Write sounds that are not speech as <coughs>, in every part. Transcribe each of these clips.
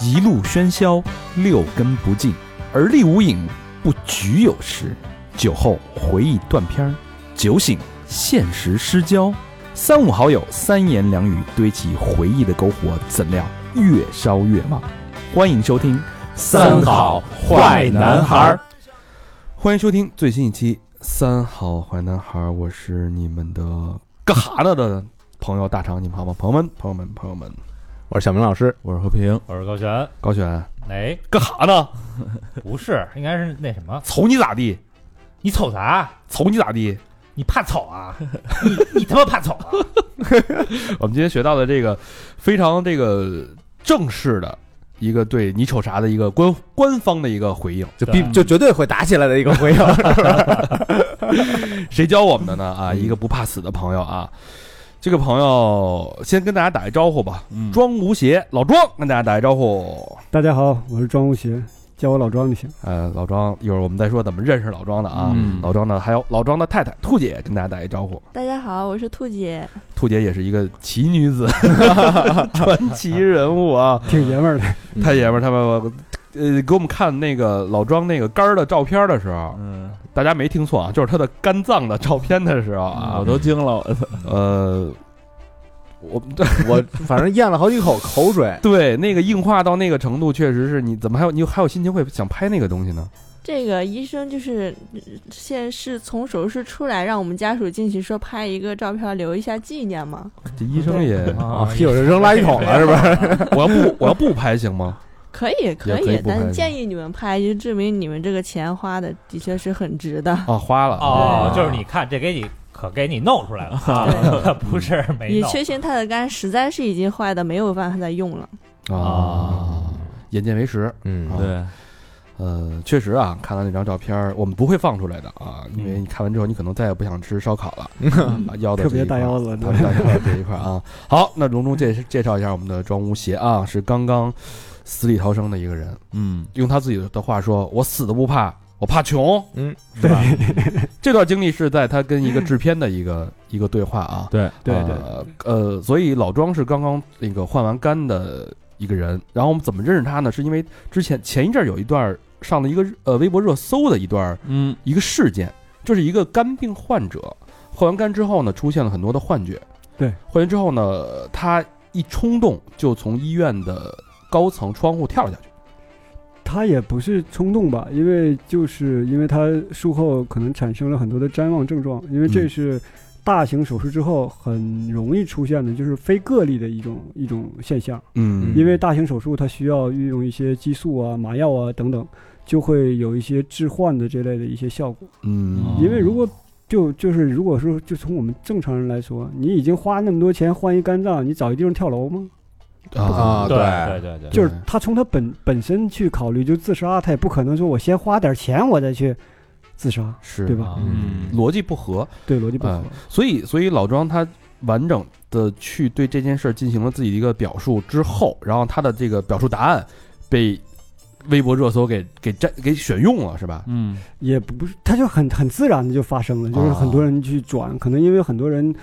一路喧嚣，六根不净，而立无影，不局有时。酒后回忆断片儿，酒醒现实失焦。三五好友，三言两语堆起回忆的篝火，怎料越烧越旺。欢迎收听《儿》，欢迎收听最新一期《三好坏男孩》，我是你们的干哈呢的朋友大长，你们好吗？朋友们，朋友们，朋友们，我是小明老师。我是和平，我是高璇。高璇，哎，干哈呢？不是，应该是那什么，瞅你咋地？你瞅啥？瞅你咋地？你怕丑 <laughs> 啊？你你他妈怕丑啊？我们今天学到的这个非常这个正式的一个对你瞅啥的一个官官方的一个回应，就对必就绝对会打起来的一个回应， <laughs> 谁教我们的呢？啊，一个不怕死的朋友啊。这个朋友先跟大家打一招呼吧，庄无邪，老庄跟大家打一招呼。大家好，我是庄无邪，叫我老庄 <laughs> 就行。呃，老庄，一会儿我们再说怎么认识老庄的啊。嗯老庄呢，还有老庄的太太兔姐，跟大家打一招呼。大家好，我是兔姐。兔姐也是一个奇女子，传奇人物啊，挺爷们儿的，太爷们儿他们。呃，给我们看那个老庄那个肝儿的照片的时候，嗯，大家没听错啊，就是他的肝脏的照片的时候啊，我都惊了，我操呃，我。我反正咽了好几口口水 <laughs> 对那个硬化到那个程度，确实是你怎么还有你还有心情会想拍那个东西呢？这个医生就是呃现是从手术室出来，让我们家属进去说拍一个照片留一下纪念嘛。这医 <laughs> 生也，啊，屁股就扔垃圾桶了，是不是？我要不我要不拍行吗？可以，也可以以不，拍但建议你们拍，就证明你们这个钱花的的确是很值的。啊，花了哦，对就是你看，这给你可给你弄出来对 <laughs> 了，不是没你啊弄。确信他的肝实在是已经坏的没有办法再用了。啊，眼见为实。嗯啊对，呃，确实啊，看到那张照片儿，我们不会放出来的啊，嗯因为你看完之后，你可能再也不想吃烧 <laughs> 烤了。啊腰的特这别一块大儿腰子特别大腰子这一块儿啊。好，那隆重介介绍一下我们的庄无邪啊，是刚刚死里逃生的一个人。嗯，用他自己的话说：“我死都不怕，我怕穷。”嗯，是吧？这段经历是在他跟一个制片的一个 <laughs> 一个对话啊。对，对对呃呃，所以老庄是刚刚那个换完肝的一个人，然后我们怎么认识他呢？是因为之前前一阵儿有一段儿上了一个热呃微博热搜的一段儿嗯一个事件，就是一个肝病患者换完肝之后呢，出现了很多的幻觉，对，幻觉之后呢，他一冲动就从医院的高层窗户跳了下去， <laughs> 他也不是冲动吧，因为就是因为他术后可能产生了很多的谵妄症状，因为这是大型手术之后很容易出现的，就是非个例的一种一种现象。嗯因为大型手术它需要运用一些激素啊、麻药啊等等，就会有一些致幻的这类的一些效果。嗯因为如果就就是如果说就从我们正常人来说，你已经花那么多钱换一肝脏，你找一地方跳楼吗？啊对对对对对，就是他从他本本身去考虑，就自杀，他也不可能说我先花点钱我再去自杀，是对吧啊嗯逻辑不合，对逻辑不合哎。所以，所以老庄他完整的去对这件事儿进行了自己的一个表述之后，然后他的这个表述答案被微博热搜给给占给选用了，是吧？嗯也不不是，他就很很自然的就发生了，就是啊很多人去转，可能因为很多人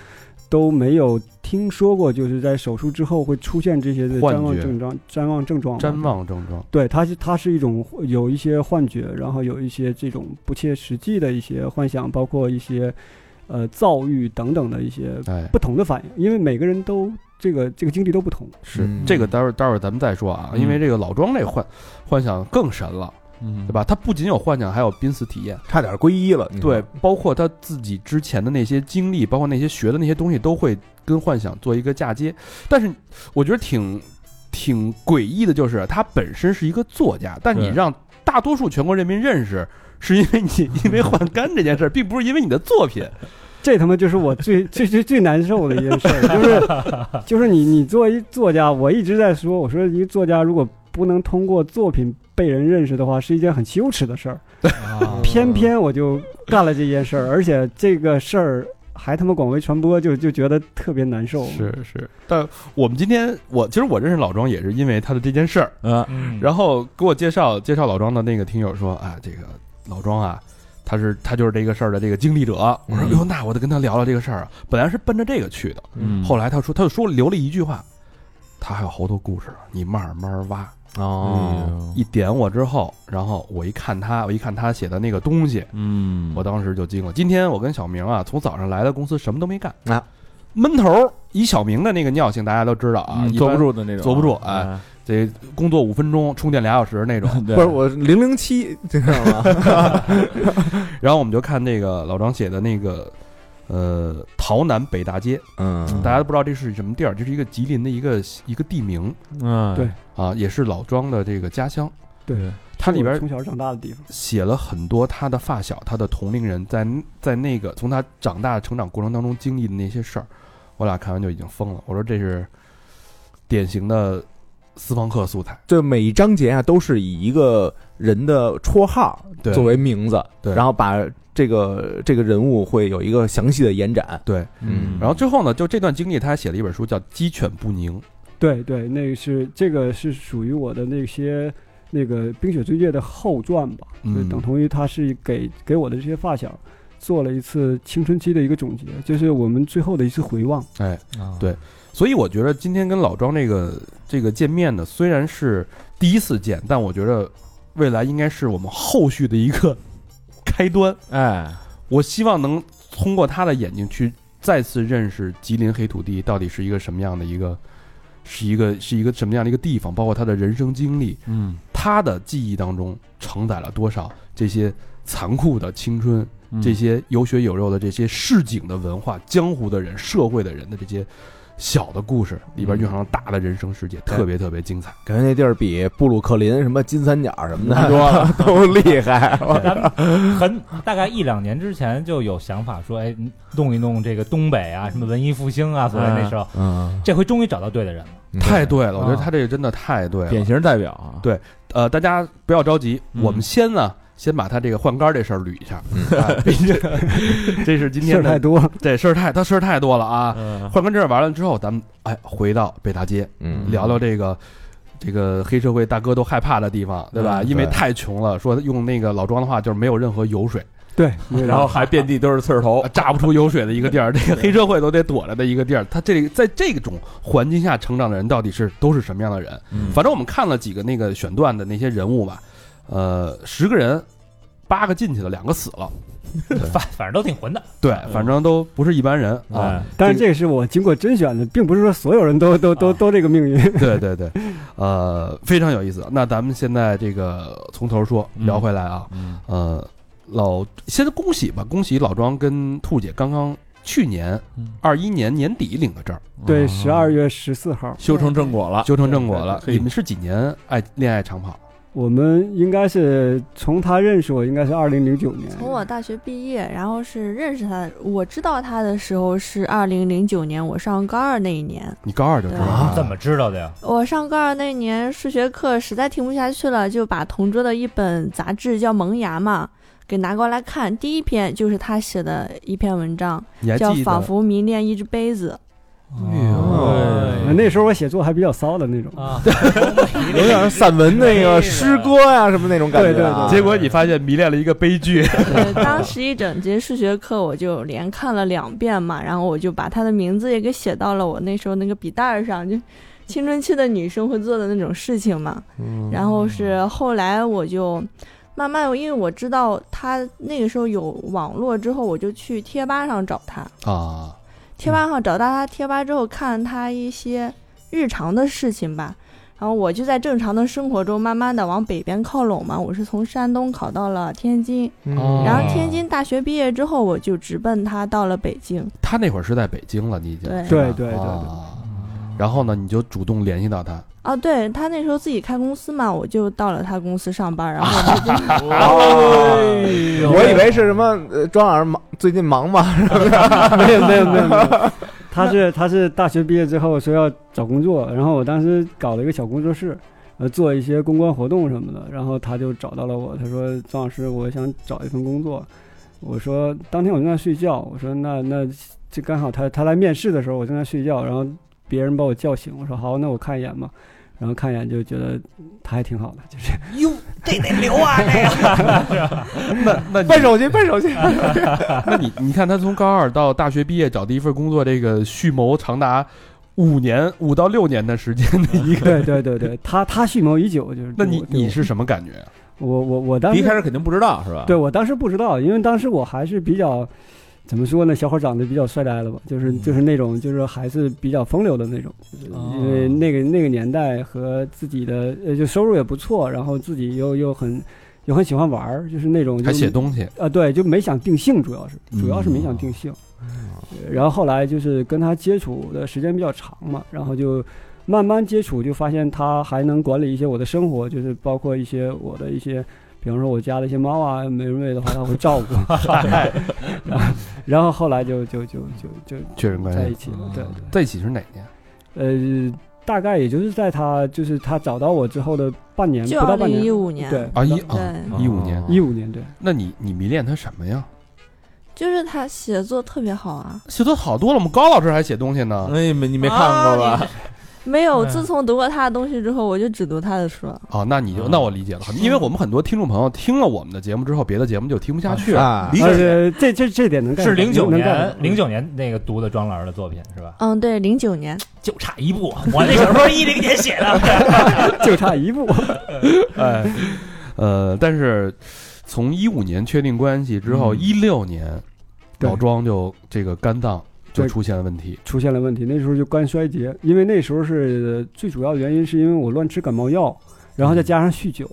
都没有听说过，就是在手术之后会出现这些的幻谵妄觉症状，谵妄症状，瞻。望症状，对，它是它是一种有一些幻觉，然后有一些这种不切实际的一些幻想，包括一些呃躁郁等等的一些哎，不同的反应，因为每个人都这个这个经历都不同。是、嗯这个待会儿待会儿咱们再说啊，嗯因为这个老庄这幻幻想更神了，嗯对？吧？他不仅有幻想，还有濒死体验，差点皈依了。嗯你对说，，包括他自己之前的那些经历，包括那些学的那些东西，都会跟幻想做一个嫁接。但是我觉得挺挺诡异的，就是他本身是一个作家，但你对让大多数全国人民认识，是因为你因为换肝这件事儿，并不是因为你的作品。这他妈就是我最 <laughs> 最最最难受的一件 <laughs> 事儿，就是就是你你作为作家，我一直在说，我说一个作家如果不能通过作品被人认识的话，是一件很羞耻的事嗯儿。啊 <laughs> 偏偏我就干了这件事儿，而且这个事儿还他妈广为传播，就就觉得特别难受。是，但我们今天我其实我认识老庄也是因为他的这件事儿，嗯嗯然后给我介绍介绍老庄的那个听友说啊，这个老庄啊，他是他就是这个事儿的这个经历者。我说嗯哟，那我得跟他聊聊这个事儿啊。本来是奔着这个去的，嗯后来他说他就说留了一句话，他还有好多故事，你慢慢挖。嗯哦，一点我之后，然后我一看他，我一看他写的那个东西，嗯，我当时就惊了。今天我跟小明啊，从早上来到公司什么都没干啊，闷头儿。以小明的那个尿性，大家都知道啊，嗯一坐般不，住的那种，坐不住哎，得工作五分钟，充电俩小时那种。对不是我零零七，知道吗？然后我们就看那个老张写的那个，呃，桃南北大街，嗯大家都不知道这是什么地儿，这是一个吉林的一个一个地名嗯，对啊，也是老庄的这个家乡。对，它里边从小长大的地方，写了很多他的发小、他的同龄人在在那个从他长大成长过程当中经历的那些事儿，我俩看完就已经疯了。我说这是典型的私房课素材，就每一章节啊，都是以一个人的绰号对作为名字，对然后把这个这个人物会有一个详细的延展。对。嗯然后之后呢，就这段经历，他还写了一本书叫《鸡犬不宁》，对对，那个是这个是属于我的那些那个《冰雪追月》的后传吧，嗯就等同于他是给给我的这些发小做了一次青春期的一个总结，就是我们最后的一次回望。哎，啊对所以我觉得今天跟老庄这个这个见面呢，虽然是第一次见，但我觉得未来应该是我们后续的一个 <laughs> 开端。哎，我希望能通过他的眼睛去再次认识吉林黑土地到底是一个什么样的一个，是一个是一个什么样的一个地方，包括他的人生经历，嗯，他的记忆当中承载了多少这些残酷的青春，嗯这些有血有肉的这些市井的文化、江湖的人、社会的人的这些小的故事里边蕴含了大的人生世界，特别特别精彩。感觉那地儿比布鲁克林、什么金三角什么的多了，都厉害。咱们很大概一两年之前就有想法说，哎，弄一弄这个东北啊，什么文艺复兴啊，所谓那时候，嗯，这回终于找到对的人了。太对了，我觉得啊他这个真的太对了。典型代表啊，对呃，大家不要着急，嗯我们先呢，先把他这个换杆儿这事儿捋一下。啊毕竟这是今事天儿太的，多了，这事儿太，他事儿太多了啊。嗯，换杆这事儿完了之后，咱们哎回到北大街嗯聊聊这个。这个黑社会大哥都害怕的地方，对吧？嗯因为对太穷了，说用那个老庄的话，就是没有任何油水，对，然后还遍地都是刺儿头啊，榨不出油水的一个地儿，这个黑社会都得躲着的一个地儿。他这在这种环境下成长的人，到底是都是什么样的人？嗯反正我们看了几个那个选段的那些人物吧，呃，十个人，八个进去了，两个死了，反反正都挺混的，对，反正都不是一般人嗯嗯啊。哎，但是这个是我经过甄选的，并不是说所有人都都都都这个命运。对对对，呃，非常有意思。那咱们现在这个从头说嗯聊回来啊，嗯呃，老先恭喜吧，恭喜老庄跟兔姐刚刚去年嗯二一年年底领的证儿，对，十二月十四号，修成正果了，修成正果了。嘿你们是几年爱恋爱长跑？我们应该是从他认识我，应该是二零零九嗯年。从我大学毕业，然后是认识他的，我知道他的时候是二零零九年，我上高二那一年。你高二就知道啊了，怎么知道的呀？我上高二那年数学课实在听不下去了，就把同桌的一本杂志叫《萌芽》嘛，给拿过来看。第一篇就是他写的一篇文章，你还叫记《得仿？佛迷恋一只杯子哎呃那时候我写作还比较骚的那种，哦啊，有点散文那个诗歌呀什么那种感觉啊。结果你发现迷恋了一个悲剧。》对。当时一整节数学课，我就连看了两遍嘛，然后我就把他的名字也给写到了我那时候那个笔袋儿上，就青春期的女生会做的那种事情嘛。然后是后来我就慢慢，因为我知道他那个时候有网络之后，我就去贴吧上找他。 <laughs> 啊，贴吧上找到他贴吧之后，看他一些日常的事情吧。然后我就在正常的生活中，慢慢的往北边靠拢嘛。我是从山东考到了天津，嗯然哦后天津大学毕业之后，我就直奔他到了北京。他那会儿是在北京了，你已经对是吧对对对对啊然后呢，你就主动联系到他，啊，对他那时候自己开公司嘛，我就到了他公司上班，然 <laughs> 后我就哦哎我以为是什么呃庄老师忙，最近忙吗？ <laughs> 没有没有没有没有。他是他是大学毕业之后说要找工作，然后我当时搞了一个小工作室，呃，做一些公关活动什么的，然后他就找到了我，他说张老师，我想找一份工作，我说呃当天我正在睡觉，我说那那这刚好他他来面试的时候我正在睡觉，然后别人把我叫醒，我说好，那我看一眼吧，然后看一眼就觉得他还挺好的，就是哟，这得留啊，这个 <laughs> 那那你办手续，办手续。那你你看他从高二到大学毕业找第一份工作，这个蓄谋长达五年五到六年的时间的 <laughs> 一个。对对对对，他他蓄谋已久，就是那你对我你是什么感觉啊？我我我当你一时开始肯定不知道是吧？对我当时不知道，因为当时我还是比较怎么说呢，小伙长得比较帅呆了吧，就是就是那种就是还是比较风流的那种，因为那个那个年代和自己的呃就收入也不错，然后自己又又很又很喜欢玩儿，就是那种就还写东西，啊，对，就没想定性，主要是嗯主要是没想定性。呃然后后来就是跟他接触的时间比较长嘛，然后就慢慢接触，就发现他还能管理一些我的生活，就是包括一些我的一些，比方说我家的一些猫啊，美人喂的话他会照 <laughs> 顾。然后然后后来就就就就就确认关在一系。起哎了，对对。在一起是哪年？呃，大概也就是在他就是他找到我之后的半年，不就到二半零一年，五年，对哦啊一啊对，一五年。一五年对。那你你迷恋他什么呀？就是他写作特别好啊。写的好多了，我们高老师还写东西呢。哎，没你没看过吧？没有，嗯自从读过他的东西之后，我就只读他的书了。哦，那你嗯就那我理解了，因为我们很多听众朋友听了我们的节目之后，别的节目就听不下去了。啊，理而解且呃这这这点能干是到零九能干到年，零九年那个读的庄老师的作品是吧？嗯，对，零九年，就差一步，啊 <laughs> 我那小说一零年写的。 <laughs> 就差一步。哎，呃，但是从一五年确定关系之后，嗯一六年对老庄就这个肝脏就对出现了问题。出现了问题，那时候就肝衰竭，因为那时候是最主要的原因是因为我乱吃感冒药，然后再加上酗酒。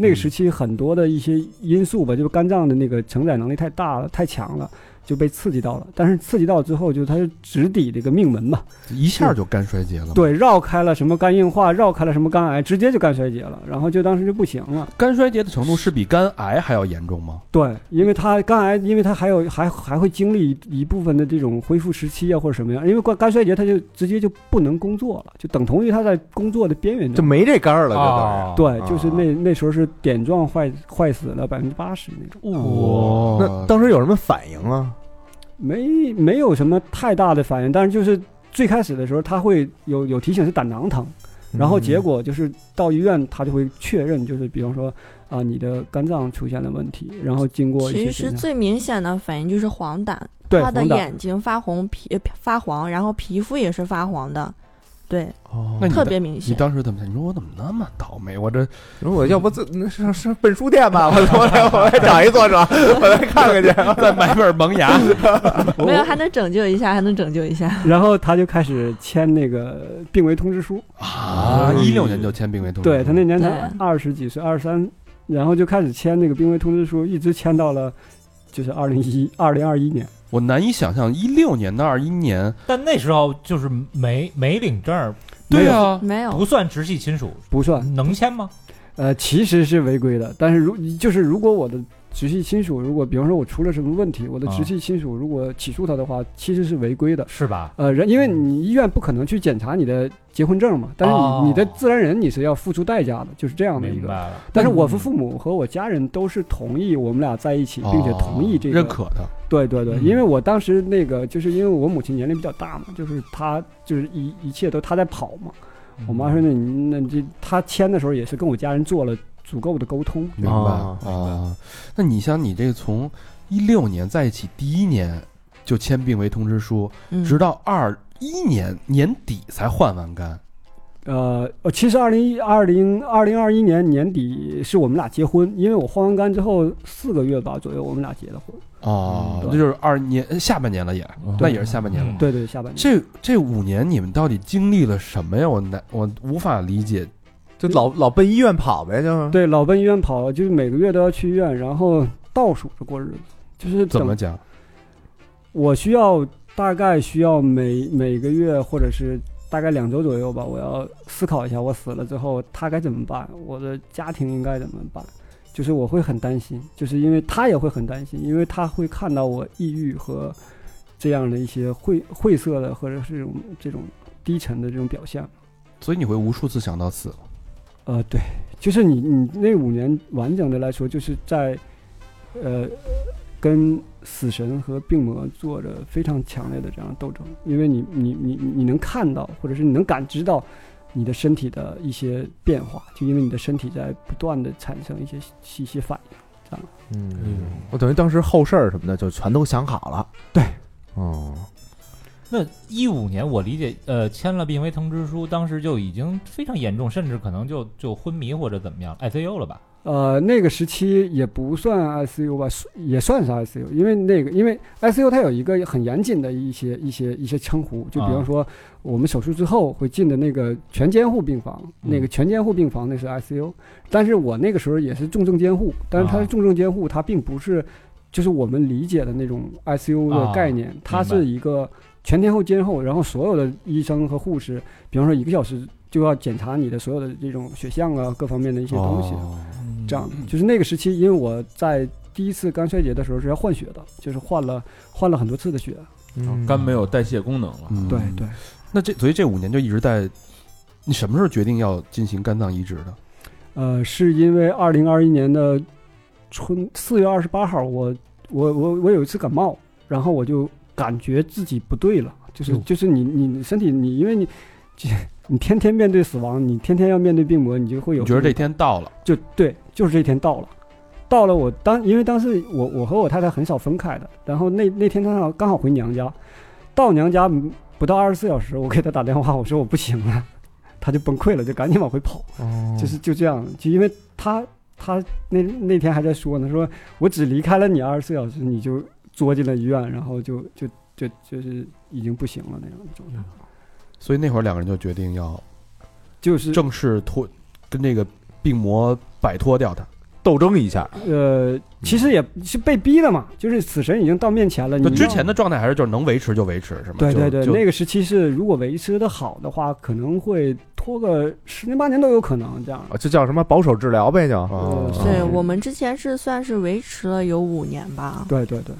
那个时期很多的一些因素吧，就是肝脏的那个承载能力太大了，太强了，就被刺激到了。但是刺激到之后，就它是直抵这个命门嘛，一下就肝衰竭了。，对，绕开了什么肝硬化，绕开了什么肝癌，直接就肝衰竭了。然后就当时就不行了，肝衰竭的程度是比肝癌还要严重吗？对，因为它肝癌，因为它还有还还会经历一部分的这种恢复时期啊，或者什么样，因为肝肝衰竭，它就直接就不能工作了，就等同于他在工作的边缘 <laughs> 就状态。没这杆儿了，就等于。哦，对，就是啊那那时候是点状坏坏死了百分之八十那种，哇哦哦那当时有什么反应啊？没没有什么太大的反应，但是就是最开始的时候他会有有提醒是胆囊疼，嗯然后结果就是到医院他就会确认，就是比方说啊、你的肝脏出现了问题，然后经过一些其检实查最明显的反应就是黄疸，对他的黄疸眼睛发红皮发黄，然后皮肤也是发黄的，对，哎哦那你特当别明你显。当时怎么想？你说我怎么那么倒霉？我这如果嗯要不自那上上奔书店吧，我我来 <laughs> 我来找一作者，我来看 <laughs> 看去。再买本《萌芽》没有，还能拯救一下，还能拯救一下。然后他就开始签那个病危通知书，啊！一六年就签病危嗯通知书，嗯对他那年才对二十几岁，二十三，然后就开始签那个病危通知书，一直签到了就是二零一二零二一年。我难以想象一六年到二一年，但那时候就是没没领证儿，没有啊，没有，不算直系亲属，不算，能签吗？呃，其实是违规的，但是如就是如果我的直系亲属，如果比方说我出了什么问题，我的啊直系亲属如果起诉他的话，其实是违规的。是吧？呃，人因为你医院不可能去检查你的结婚证嘛，但是你、哦你的自然人你是要付出代价的，就是这样的一明个。白了，但是我父父母和我家人都是同意我们俩在一起，并且同意这个、啊哦认可的，对对对，嗯因为我当时那个就是因为我母亲年龄比较大嘛，就是她就是一一切都她在跑嘛。我妈说那你那这她签的时候也是跟我家人做了足够的沟通。明白哦啊？那你像你这个从一六年在一起第一年就签病危通知书，嗯，直到二一年年底才换完肝，呃，呃其实二零一二零二零二一年年底是我们俩结婚，因为我换完肝之后四个月吧左右我们俩结的婚。哦嗯，那就是二年呃下半年了也，那也是下半年了。嗯对对，下半年。这这五年你们到底经历了什么呀？我难，我无法理解。就老老奔医院跑呗，就对，老奔医院跑，就是每个月都要去医院，然后倒数着过日子，就是怎等么讲？我需要大概需要每每个月或者是大概两周左右吧，我要思考一下，我死了之后他该怎么办，我的家庭应该怎么办。就是我会很担心，就是因为他也会很担心，因为他会看到我抑郁和这样的一些晦晦涩的或者是这种这种低沉的这种表现。所以你会无数次想到死。呃，对，就是你你那五年完整的来说，就是在呃跟死神和病魔做着非常强烈的这样的斗争，因为你你你你能看到，或者是你能感知到你的身体的一些变化，就因为你的身体在不断的产生一些一些反应。嗯嗯嗯，我等于当时后事儿什么的就全都想好了。对，哦，那一五年，我理解，呃，签了病危通知书，当时就已经非常严重，甚至可能就就昏迷或者怎么样，ICU 了吧？呃，那个时期也不算 ICU 吧，算也算是 ICU，因为那个因为 ICU 它有一个很严谨的一些一些一些称呼，就比啊方说我们手术之后会进的那个全监护病房，那个嗯全监护病房那是 ICU，但是我那个时候也是重症监护，但是它啊是重症监护，它并不是就是我们理解的那种 ICU 的啊概念，它明是一个全天候监护，然后所有的医生和护士，比方说一个小时就要检查你的所有的这种血项啊各方面的一些东西。哦这样，嗯就是那个时期，因为我在第一次肝衰竭的时候是要换血的，就是换了换了很多次的血。嗯肝没有代谢功能了。嗯对对，那这所以这五年就一直在，你什么时候决定要进行肝脏移植的？呃，是因为二零二一年的春四月二十八号，我我我我有一次感冒，然后我就感觉自己不对了，就是哟就是你你你身体你因为你 <laughs> 你天天面对死亡，你天天要面对病魔，你就会有你觉得种这天到了？就对，就是这天到了，到了我当因为当时我我和我太太很少分开的，然后那那天刚好刚好回娘家，到娘家嗯不到二十四小时，我给她打电话，我说我不行了，她就崩溃了，就赶紧往回跑，哦哦就是就这样，就因为她她那那天还在说呢，说我只离开了你二十四小时，你就捉进了医院，然后就就就就是已经不行了那样的状嗯态，所以那会儿两个人就决定要就是正式脱跟这个病魔摆脱掉它。斗争一下，呃，其实也是被逼的嘛，就是死神已经到面前了，那你之要前的状态还是就是能维持就维持是吗？嗯对对对，就就那个时期是如果维持的好的话，可能会拖个十年八年都有可能这样。啊这叫什么保守治疗呗，就哦对对嗯我们之前是算是维持了有五年吧，对对对，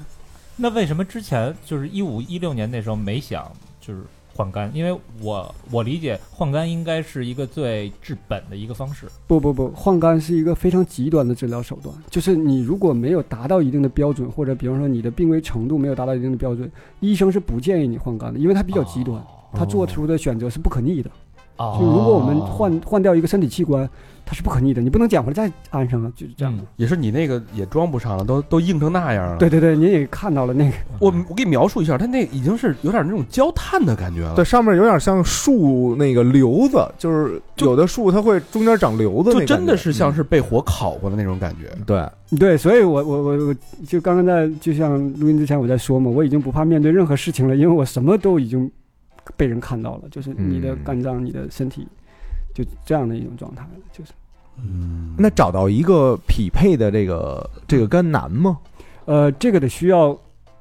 那为什么之前就是一五一六年那时候没想就是换肝？因为我我理解换肝应该是一个最治本的一个方式。不不不，换肝是一个非常极端的治疗手段，就是你如果没有达到一定的标准，或者比方说你的病危程度没有达到一定的标准，医生是不建议你换肝的，因为它比较极端，他做出的选择是不可逆的。哦就如果我们换换掉一个身体器官，它是不可逆的，你不能捡回来再安上啊，就是这样嗯的。也是你那个也装不上了，都都硬成那样了。对，对对，您也看到了那个，我嗯我给你描述一下，它那已经是有点那种焦炭的感觉了。对，上面有点像树那个瘤子，就是就有的树它会中间长瘤子那就感觉，真的是像嗯是被火烤过的那种感觉。对，对，所以我我我我就刚刚在就像录音之前我在说嘛，我已经不怕面对任何事情了，因为我什么都已经被人看到了，就是你的嗯肝脏、你的身体，就这样的一种状态了，就是嗯那找到一个匹配的这个这个肝难吗？呃，这个得需要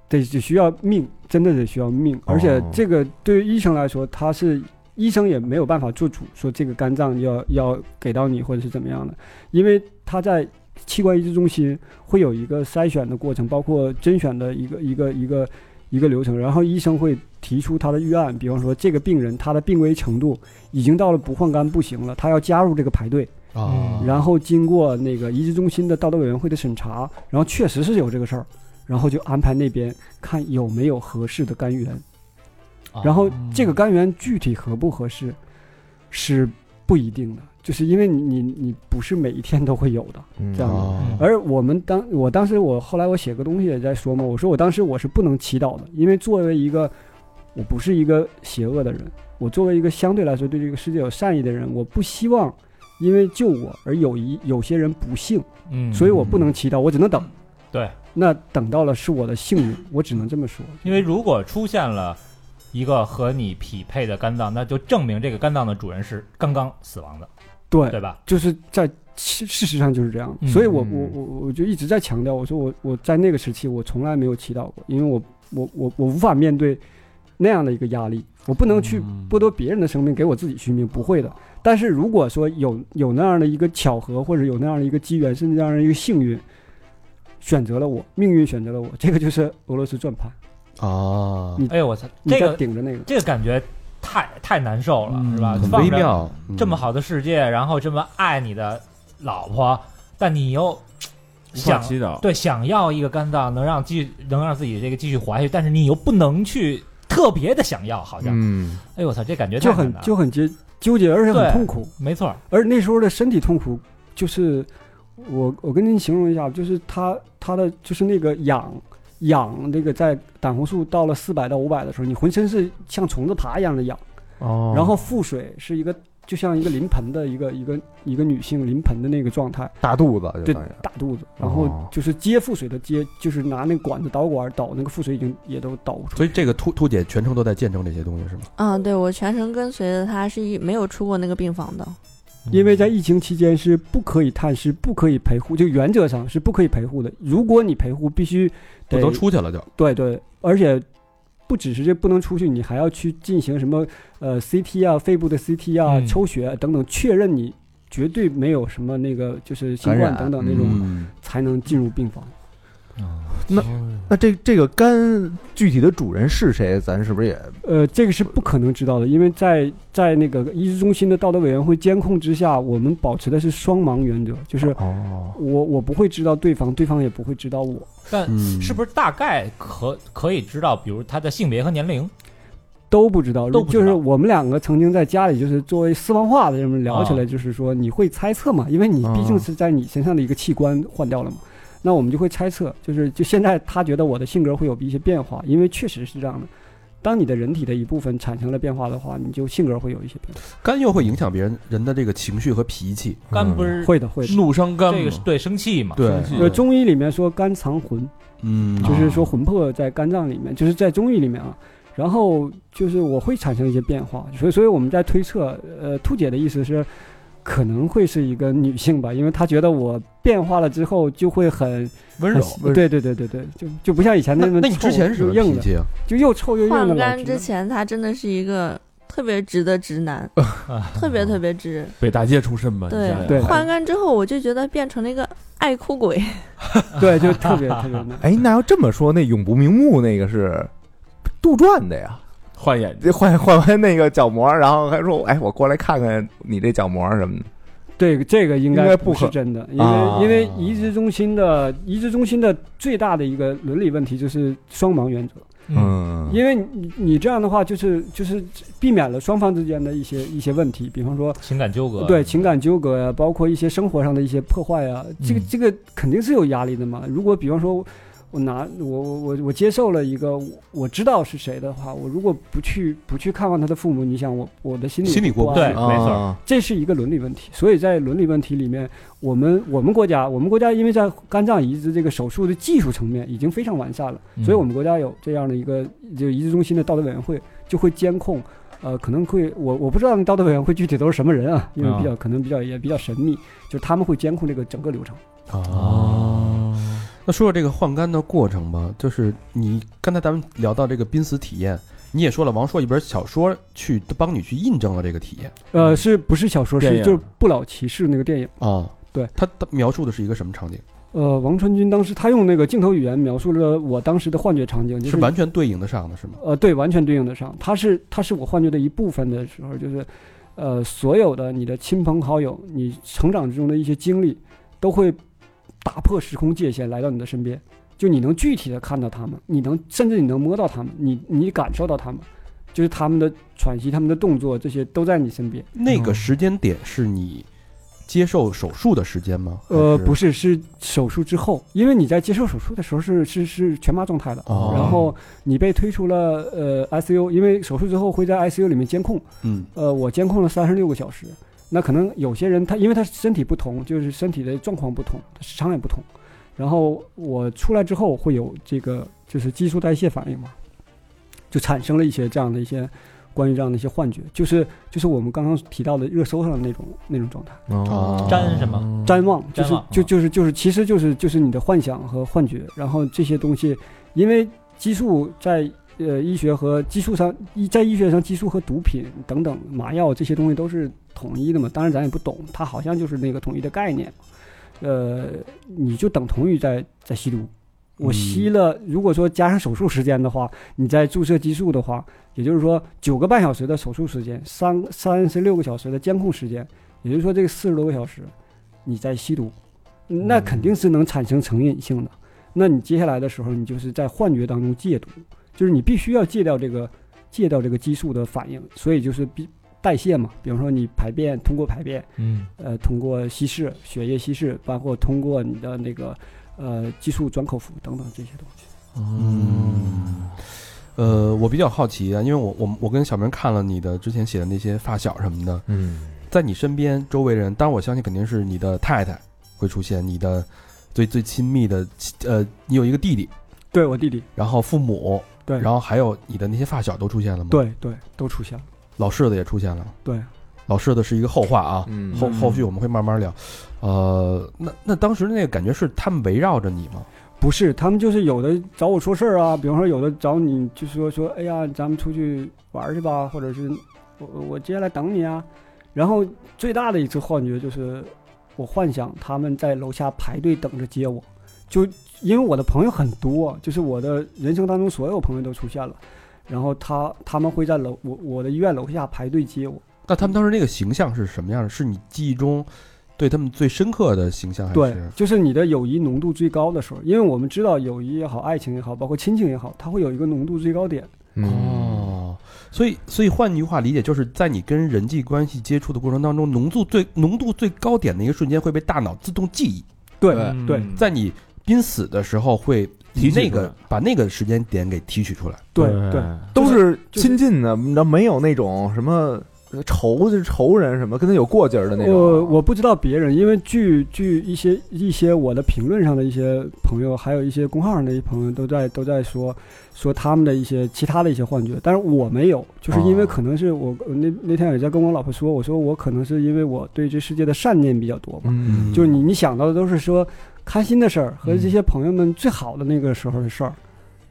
得得需要命，真的得需要命，而且这个对于医生来说，他是医生也没有办法做主，说这个肝脏要要给到你或者是怎么样的，因为他在器官移植中心会有一个筛选的过程，包括甄选的一个一个一个一个流程，然后医生会提出他的预案，比方说这个病人他的病危程度已经到了不换肝不行了，他要加入这个排队，啊，然后经过那个移植中心的道德委员会的审查，然后确实是有这个事儿，然后就安排那边看有没有合适的肝源，然后这个肝源具体合不合适是不一定的，就是因为你你你不是每一天都会有的。嗯这样嗯哦而我们当我当时我后来我写个东西也在说嘛，我说我当时我是不能祈祷的，因为作为一个我不是一个邪恶的人，我作为一个相对来说对这个世界有善意的人，我不希望因为救我而有一有些人不幸，嗯，所以我不能祈祷，我只能等。对，那等到了是我的幸运，我只能这么说。因为如果出现了一个和你匹配的肝脏，那就证明这个肝脏的主人是刚刚死亡的，对对吧？就是在事事实上就是这样，嗯所以我我我我就一直在强调，我说我我在那个时期我从来没有祈祷过，因为我我我我无法面对那样的一个压力，我不能嗯去嗯剥夺别人的生命给我自己续命，不会的。但是如果说有有那样的一个巧合，或者有那样的一个机缘，甚至那样的一个幸运，选择了我，命运选择了我，这个就是俄罗斯转盘，啊，你哎呦我操，你这在个顶着那个。这个感觉太太难受了，嗯是吧？很放微着妙，这么嗯好的世界，然后这么爱你的老婆，但你又无法想祈祷，对想要一个肝脏，能让继能让自己这个继续活下去，但是你又不能去特别的想要，好像，嗯，哎呦我操，这感觉就太很难了就嗯很纠纠结，而且对很痛苦。没错儿，而那时候的身体痛苦，就是我我跟您形容一下，就是他他的就是那个痒，痒，那个在胆红素到了四百到五百的时候，你浑身是像虫子爬一样的痒。哦然后腹水是一个就像一个临盆的一个一个一个女性临盆的那个状态，大肚子就对等于，大肚子，然后就是接腹水的接，就是拿那个管子导管导那个腹水已经也都导不出来。所以这个兔兔姐全程都在见证这些东西是吗？嗯，对我全程跟随着他是一没有出过那个病房的。因为在疫情期间是不可以探视、不可以陪护，就原则上是不可以陪护的。如果你陪护，必须不得能出去了就对呃对，而且不只是这不能出去，你还要去进行什么呃 CT 啊、肺部的 CT 啊、嗯抽血等等，确认你绝对没有什么那个就是新感冠染嗯等等那种，嗯才能进入病房。那这这个肝具体的主人是谁，咱是不是也呃，这个是不可能知道的，因为在在那个医师中心的道德委员会监控之下，我们保持的是双盲原则，就是哦？我我不会知道对方，对方也不会知道我。但嗯是不是大概可可以知道，比如他的性别和年龄？都不知道，都不知就道是我们两个曾经在家里，就是作为私房话的这么聊起啊来，就是说你会猜测嘛，因为你毕竟啊是在你身上的一个器官换掉了啊嘛，那我们就会猜测，就是就现在他觉得我的性格会有一些变化，因为确实是这样的。当你的人体的一部分产生了变化的话，你就性格会有一些变化。肝又会影响别人人的这个情绪和脾气，肝不是嗯会的，嗯会的。怒伤肝这个嘛是对生气嘛？对生气呃，中医里面说肝藏魂，嗯就是说魂魄在肝脏里面，就是在中医里面啊。然后就是我会产生一些变化，所以所以我们在推测，呃，兔姐的意思是可能会是一个女性吧，因为她觉得我变化了之后就会很哎温柔。很对对对对对，就就不像以前那么那你臭之前是什又么硬脾的，气啊？就又臭又硬的换老肝皮之前，他真的是一个特别直的直 <laughs> 男，特别特别直。北大街出身嘛，对对换肝之后，我就觉得变成了一个爱哭鬼。对，就特别特 <laughs> 别难。哎，那要这么说，那永不瞑目那个是杜撰的呀？换眼睛，这换换完那个角膜，然后还说，哎，我过来看看你这角膜什么的。对，这个应应该该不不是可真的，因为、啊因为移植中心的移植中心的最大的一个伦理问题就是双盲原则。嗯，嗯因为你你这样的话，就是就是避免了双方之间的一些一些问题，比方说情感纠葛。对情感纠葛呀、包括一些生活上的一些破坏啊，这个嗯这个肯定是有压力的嘛。如果比方说我拿我我我我接受了一个我我知道是谁的话，我如果不去不去看望他的父母，你想我我的心里心里过不不去安对没错啊这是一个伦理问题，所以在伦理问题里面，我们我们国家我们国家因为在肝脏移植这个手术的技术层面已经非常完善了，嗯所以我们国家有这样的一个就移植中心的道德委员会就会监控，呃，可能会我我不知道那道德委员会具体都是什么人啊，因为比较可能比较也比较神秘，就是他们会监控这个整个流程。啊哦，那说说这个换肝的过程吧，就是你刚才咱们聊到这个濒死体验，你也说了，王朔一本小说去帮你去印证了这个体验呃，是不是小说电是影就是《不老骑士》那个电影？啊。对，他他描述的是一个什么场景？呃，王传君当时他用那个镜头语言描述了我当时的幻觉场景，就是是完全对应得上的，是吗？呃，对，完全对应得上。它是它是我幻觉的一部分的时候，就是，呃，所有的你的亲朋好友，你成长之中的一些经历，都会打破时空界限来到你的身边。就你能具体的看到他们，你能甚至你能摸到他们，你你感受到他们，就是他们的喘息、他们的动作，这些都在你身边。那个时间点是你接受手术的时间吗？呃，不是，是，是手术之后，因为你在接受手术的时候是是是全麻状态的，哦然后你被推出了呃 ICU，因为手术之后会在 ICU 里面监控。嗯，呃，我监控了三十六个小时。那可能有些人他因为他身体不同，就是身体的状况不同，时长也不同。然后我出来之后会有这个就是激素代谢反应嘛，就产生了一些这样的一些关于这样的一些幻觉，就是就是我们刚刚提到的热搜上的那种那种状态，哦粘什么？瞻望就瞻是望就嗯就是就是其实就是就是你的幻想和幻觉，然后这些东西因为激素在。呃，医学和激素上，医在医学上，激素和毒品等等麻药这些东西都是统一的嘛。当然咱也不懂，它好像就是那个统一的概念。呃，你就等同于在在吸毒。我嗯吸了，如果说加上手术时间的话，你再注射激素的话，也就是说九个半小时的手术时间，三三十六个小时的监控时间，也就是说这个四十多个小时，你在吸毒，那肯定是能产生成瘾性的。那你接下来的时候，你就是在幻觉当中戒毒，就是你必须要戒掉这个戒掉这个激素的反应，所以就是必代谢嘛，比方说你排便，通过排便，嗯，呃，通过稀释血液稀释，包括通过你的那个呃激素转口服等等这些东西。嗯，呃，我比较好奇啊，因为我我我跟小明看了你的之前写的那些发小什么的，嗯，在你身边周围人，当然我相信肯定是你的太太会出现，你的最最亲密的亲，呃，你有一个弟弟，对我弟弟，然后父母，对然后还有你的那些发小都出现了吗？，对对，都出现了。老柿子也出现了。对，老柿子是一个后话啊，嗯后后续我们会慢慢聊。呃，那那当时那个感觉是他们围绕着你吗？不是，他们就是有的找我说事儿啊，比方说有的找你就说说，哎呀，咱们出去玩儿去吧，或者是我我接下来等你啊。然后最大的一次幻觉就是，我幻想他们在楼下排队等着接我，就因为我的朋友很多，就是我的人生当中所有朋友都出现了，然后他他们会在楼我我的医院楼下排队接我。那他们当时那个形象是什么样的？是你记忆中对他们最深刻的形象，还对哎是，就是你的友谊浓度最高的时候，因为我们知道友谊也好，爱情也好，包括亲情也好，它会有一个浓度最高点。哦，哦？所以，所以换句话理解，就是在你跟人际关系接触的过程当中，浓度最浓度最高点的一个瞬间会被大脑自动记忆，对对对嗯在你濒死的时候会以提取那出来个把那个时间点给提取出来。对嗯对，都是就是亲近的，你知道没有那种什么呃仇就是仇人什么，跟他有过节儿的那种。我呃我不知道别人，因为据据一些一些我的评论上的一些朋友，还有一些公号上的一些朋友都在都在说说他们的一些其他的一些幻觉，但是我没有，就是因为哦啊可能是我我那那天也在跟我老婆说，我说我可能是因为我对这世界的善念比较多嘛，嗯，就是你你想到的都是说开心的事儿和这些朋友们最好的那个时候的事儿。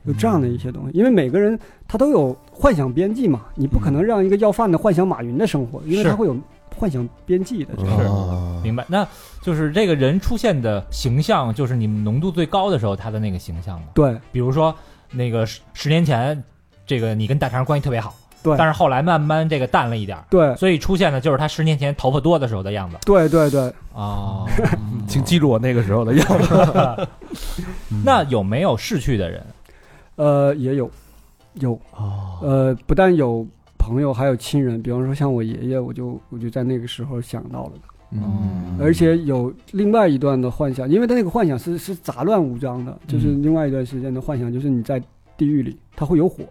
有这样的一些东西，因为每个人他都有幻想边际嘛，你不可能让一个要饭的幻想马云的生活，因为是他会有幻想边际的。是啊明白，那就是这个人出现的形象，就是你们浓度最高的时候他的那个形象嘛。对比如说那个十十年前，这个你跟大肠关系特别好，对但是后来慢慢这个淡了一点儿，对所以出现的就是他十年前头发多的时候的样子。对对对，哦，请记住我那个时候的样子。那有没有逝去的人？呃，也有有哦，呃，不但有朋友，还有亲人，比方说像我爷爷，我就我就在那个时候想到了他，哦嗯 <laughs> 而且有另外一段的幻想，因为他那个幻想是是杂乱无章的，就是另外一段时间的幻想，就是你在地狱里，它会有火，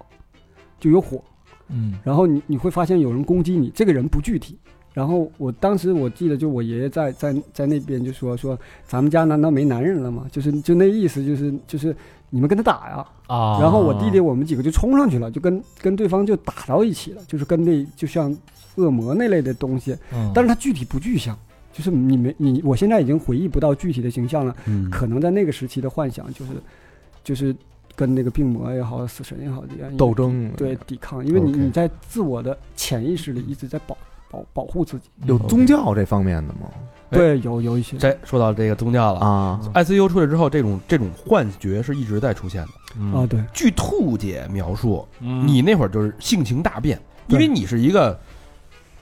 就有火，嗯然后你你会发现有人攻击你，这个人不具体。然后我当时我记得，就我爷爷在在在那边就说说，咱们家难道没男人了吗？就是就那意思，就是就是你们跟他打呀。啊，然后我弟弟我们几个就冲上去了，就跟跟对方就打到一起了，就是跟那就像恶魔那类的东西，嗯，但是它具体不具象，就是你没你我现在已经回忆不到具体的形象了，嗯可能在那个时期的幻想就是就是跟那个病魔也好，死神也好这样斗争，对，抵抗，因为你 OK 你在自我的潜意识里一直在保保保护自己。嗯有宗教这方面的吗？哎对，有有一些，这说到这个宗教了。啊， ICU 出来之后，这种这种幻觉是一直在出现的。嗯啊，对，据兔姐描述，嗯你那会儿就是性情大变，因对为你是一个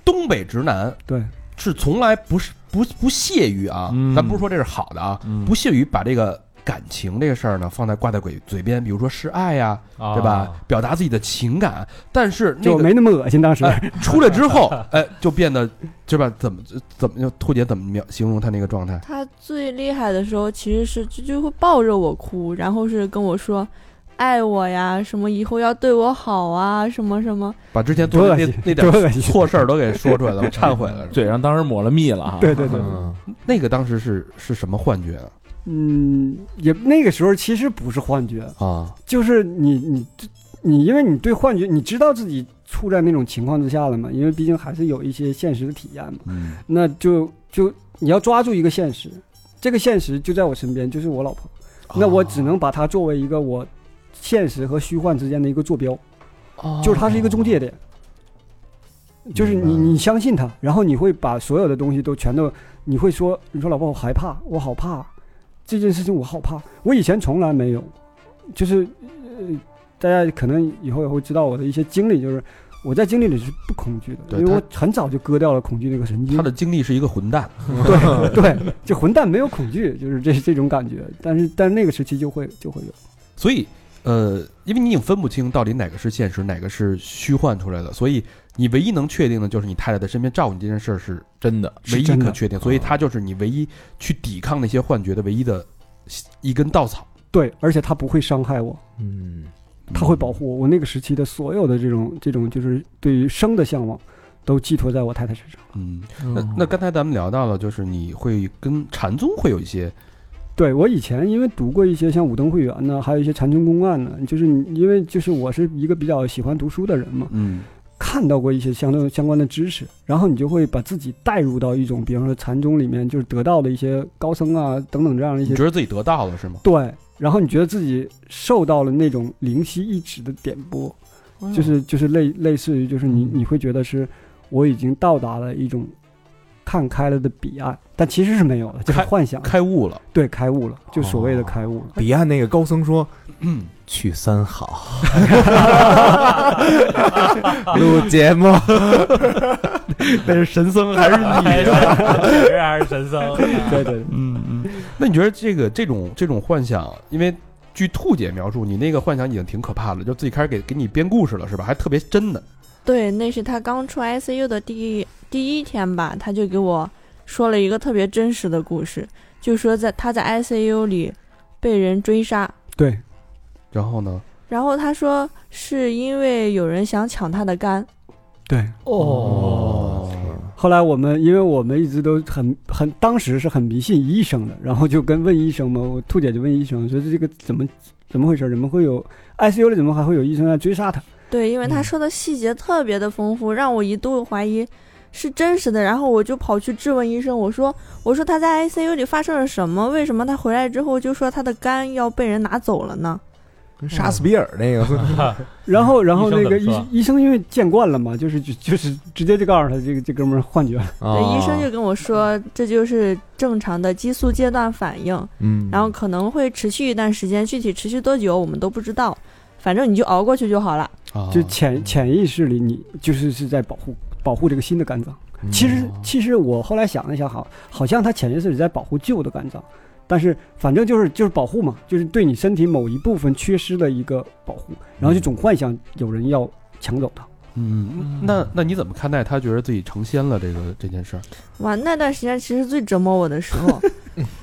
东北直男，对，是从来不是不不屑于啊，嗯咱不是说这是好的啊，嗯不屑于把这个感情这个事儿呢放在挂在嘴嘴边，比如说示爱呀、啊对吧？？表达自己的情感，但是那就个没那么恶心。当时，哎出来之后， <laughs> 哎，就变得是吧？怎么怎么兔姐怎么描形容他那个状态？他最厉害的时候其实是就就会抱着我哭，然后是跟我说爱我呀，什么以后要对我好啊，什么什么。把之前多做的恶那心那多恶点心错事儿都给说出来了，我忏悔了。嘴上当时抹了蜜了哈。对对对，嗯那个当时是是什么幻觉啊嗯，也那个时候其实不是幻觉，啊？就是你你你，因为你对幻觉，你知道自己处在那种情况之下了嘛，因为毕竟还是有一些现实的体验嘛。嗯那就就你要抓住一个现实，这个现实就在我身边，就是我老婆。那我哦只能把它作为一个我现实和虚幻之间的一个坐标，哦就是它是一个中介点，就是你哦明白你相信它，然后你会把所有的东西都全都，你会说，你说老婆我害怕，我好怕这件事情，我好怕，我以前从来没有，就是呃，大家可能以后也会知道我的一些经历，就是我在经历里是不恐惧的，对因为他我很早就割掉了恐惧那个神经他，的经历是一个混蛋，对对， <laughs> 就混蛋没有恐惧，就是这这种感觉，但是但那个时期就会就会有。所以呃，因为你已经分不清到底哪个是现实，哪个是虚幻出来的，所以你唯一能确定的就是你太太在身边照顾你这件事儿是啊真的，唯是一真的可确定，所以它就是你唯一去抵抗那些幻觉的唯一的一根稻草。对，而且他不会伤害我，嗯他会保护我。我那个时期的所有的这种这种就是对于生的向往，都寄托在我太太身上。嗯，那那刚才咱们聊到了，就是你会跟禅宗会有一些，对我以前因为读过一些像武登会员呢，还有一些禅宗公案呢，就是你因为就是我是一个比较喜欢读书的人嘛，嗯看到过一些相对相关的知识，然后你就会把自己带入到一种，比方说禅宗里面就是得到的一些高僧啊等等这样的一你些觉得自己得到了是吗？对，然后你觉得自己受到了那种灵犀一指的点拨，就是就是类类似于就是你你会觉得是我已经到达了一种看开了的彼岸，但其实是没有的，就是开幻想，开悟了，对，开悟了，就所谓的开悟了。彼岸那个高僧说嗯，：“去三好，录节目。那是神僧还是哦 <laughs> 还是人还是神僧，对对对，嗯嗯，那你觉得这个这种这种幻想，因为据兔姐描述，你那个幻想已经挺可怕了，就自己开始给给你编故事了是吧？还特别真的，对，那是他刚出 ICU 的第一第一天吧，他就给我说了一个特别真实的故事，就说在他在 ICU 里被人追杀，对，然后呢？然后他说是因为有人想抢他的肝，对。哦，后来我们，因为我们一直都很很，当时是很迷信医生的，然后就跟问医生嘛，我兔姐就问医生说这个怎么怎么回事？怎么会有 ICU 里怎么还会有医生在追杀他？对，因为他说的细节特别的丰富，让我一度怀疑是真实的。然后我就跑去质问医生，我说：“我说他在 ICU 里发生了什么？为什么他回来之后就说他的肝要被人拿走了呢跟杀死比尔那个， <laughs> 然后，然后那个嗯医生怎医么说医生因为见惯了嘛，就是就就是直接就告诉他这个这哥们儿幻觉了。？”啊对，医哦生就跟我说，这就是正常的激素阶段反应，嗯，然后可能会持续一段时间，具体持续多久我们都不知道，反正你就熬过去就好了。哦啊，就潜嗯潜意识里，你就是是在保护保护这个新的肝脏。嗯其实哦其实我后来想了一想，好，好像他潜意识里在保护旧的肝脏，但是反正就是就是保护嘛，就是对你身体某一部分缺失的一个保护，然嗯后就总幻想有人要抢走它。嗯，那那你怎么看待他觉得自己成仙了这个这件事儿？哇，那段时间其实最折磨我的 <laughs> 时候，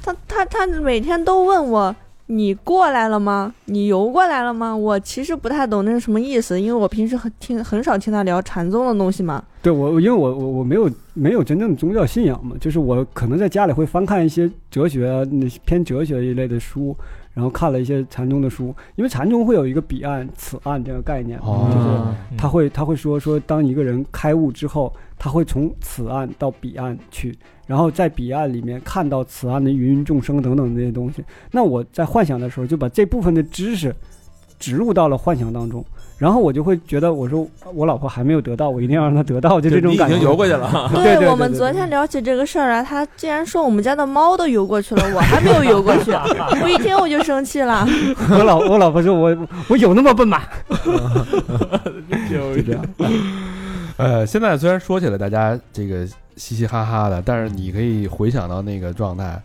他他他每天都问我。你过来了吗？你游过来了吗？我其实不太懂那是什么意思，因为我平时很听很少听他聊禅宗的东西嘛。对我，我因为我我我没有没有真正的宗教信仰嘛，就是我可能在家里会翻看一些哲学啊，那些偏哲学一类的书，然后看了一些禅宗的书，因为禅宗会有一个彼岸、此岸这个概念嘛，就是哦，嗯他会他会说说，当一个人开悟之后，他会从此岸到彼岸去，然后在彼岸里面看到此岸的芸芸众生等等这些东西。那我在幻想的时候，就把这部分的知识植入到了幻想当中，然后我就会觉得，我说我老婆还没有得到，我一定要让她得到，就这种感觉。过去了，对啊对对我们对昨天聊起这个事儿来，他竟然说我们家的猫都游过去了，我还没有游过 <laughs> 去，我一听我就生气了。我老我老婆说我我有那么笨吗？就这样。 <laughs> 呃，现在虽然说起来大家这个嘻嘻哈哈的，但是你可以回想到那个状态，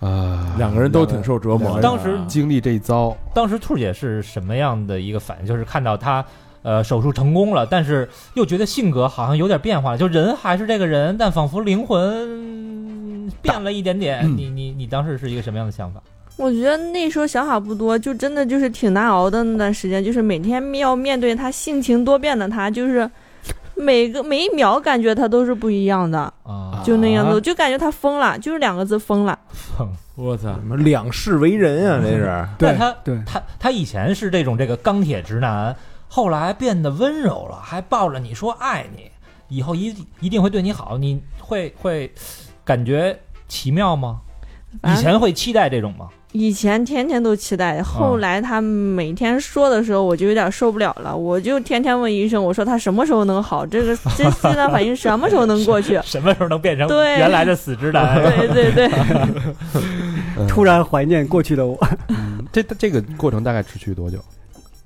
啊、两个人都挺受折磨的。当时经历这一遭，当时兔姐是什么样的一个反应？就是看到他呃手术成功了，但是又觉得性格好像有点变化，就人还是这个人，但仿佛灵魂变了一点点。嗯你你你当时是一个什么样的想法？我觉得那时候想法不多，就真的就是挺难熬的那段时间，就是每天要面对他性情多变的他，就是每个每一秒感觉他都是不一样的，啊，就那样子，我就感觉他疯了，就是两个字疯了。我操，什么两世为人啊，这是。但对他对他他以前是这种这个钢铁直男，后来变得温柔了，还抱着你说爱你，以后一一定会对你好，你会会感觉奇妙吗？以反正前会期待这种吗？？以前天天都期待，后来他每天说的时候，我就有点受不了了，我就天天问医生，我说他什么时候能好？这个这这段反应什么时候能过去 <laughs> 什么时候能变成对原来的死直男？对对对，嗯突然怀念过去的我，嗯这这个过程大概持续多久？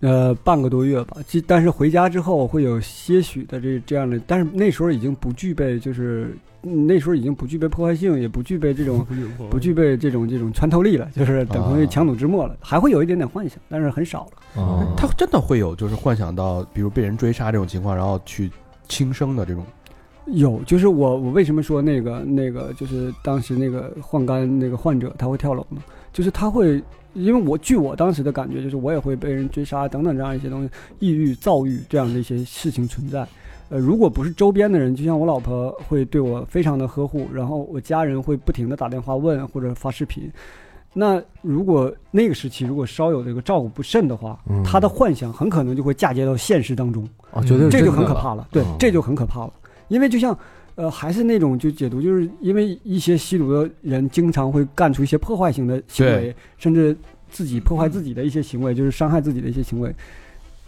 呃，半个多月吧。就但是回家之后会有些许的这这样的，但是那时候已经不具备，就是嗯那时候已经不具备破坏性，也不具备这种不具备这种这种穿透力了，就是等同于啊强弩之末了。还会有一点点幻想，但是很少了。哦他真的会有就是幻想到，比如被人追杀这种情况，然后去轻生的这种有，就是我我为什么说那个那个就是当时那个换肝那个患者他会跳楼呢？就是他会因为我据我当时的感觉，就是我也会被人追杀等等这样一些东西，抑郁、躁郁这样的一些事情存在。呃，如果不是周边的人，就像我老婆会对我非常的呵护，然后我家人会不停的打电话问或者发视频。那如果那个时期如果稍有这个照顾不慎的话，嗯他的幻想很可能就会嫁接到现实当中，哦，绝对是这就真很的可怕了。对哦，这就很可怕了，因为就像。呃，还是那种就解读，就是因为一些吸毒的人经常会干出一些破坏性的行为，甚至自己破坏自己的一些行为，就是伤害自己的一些行为，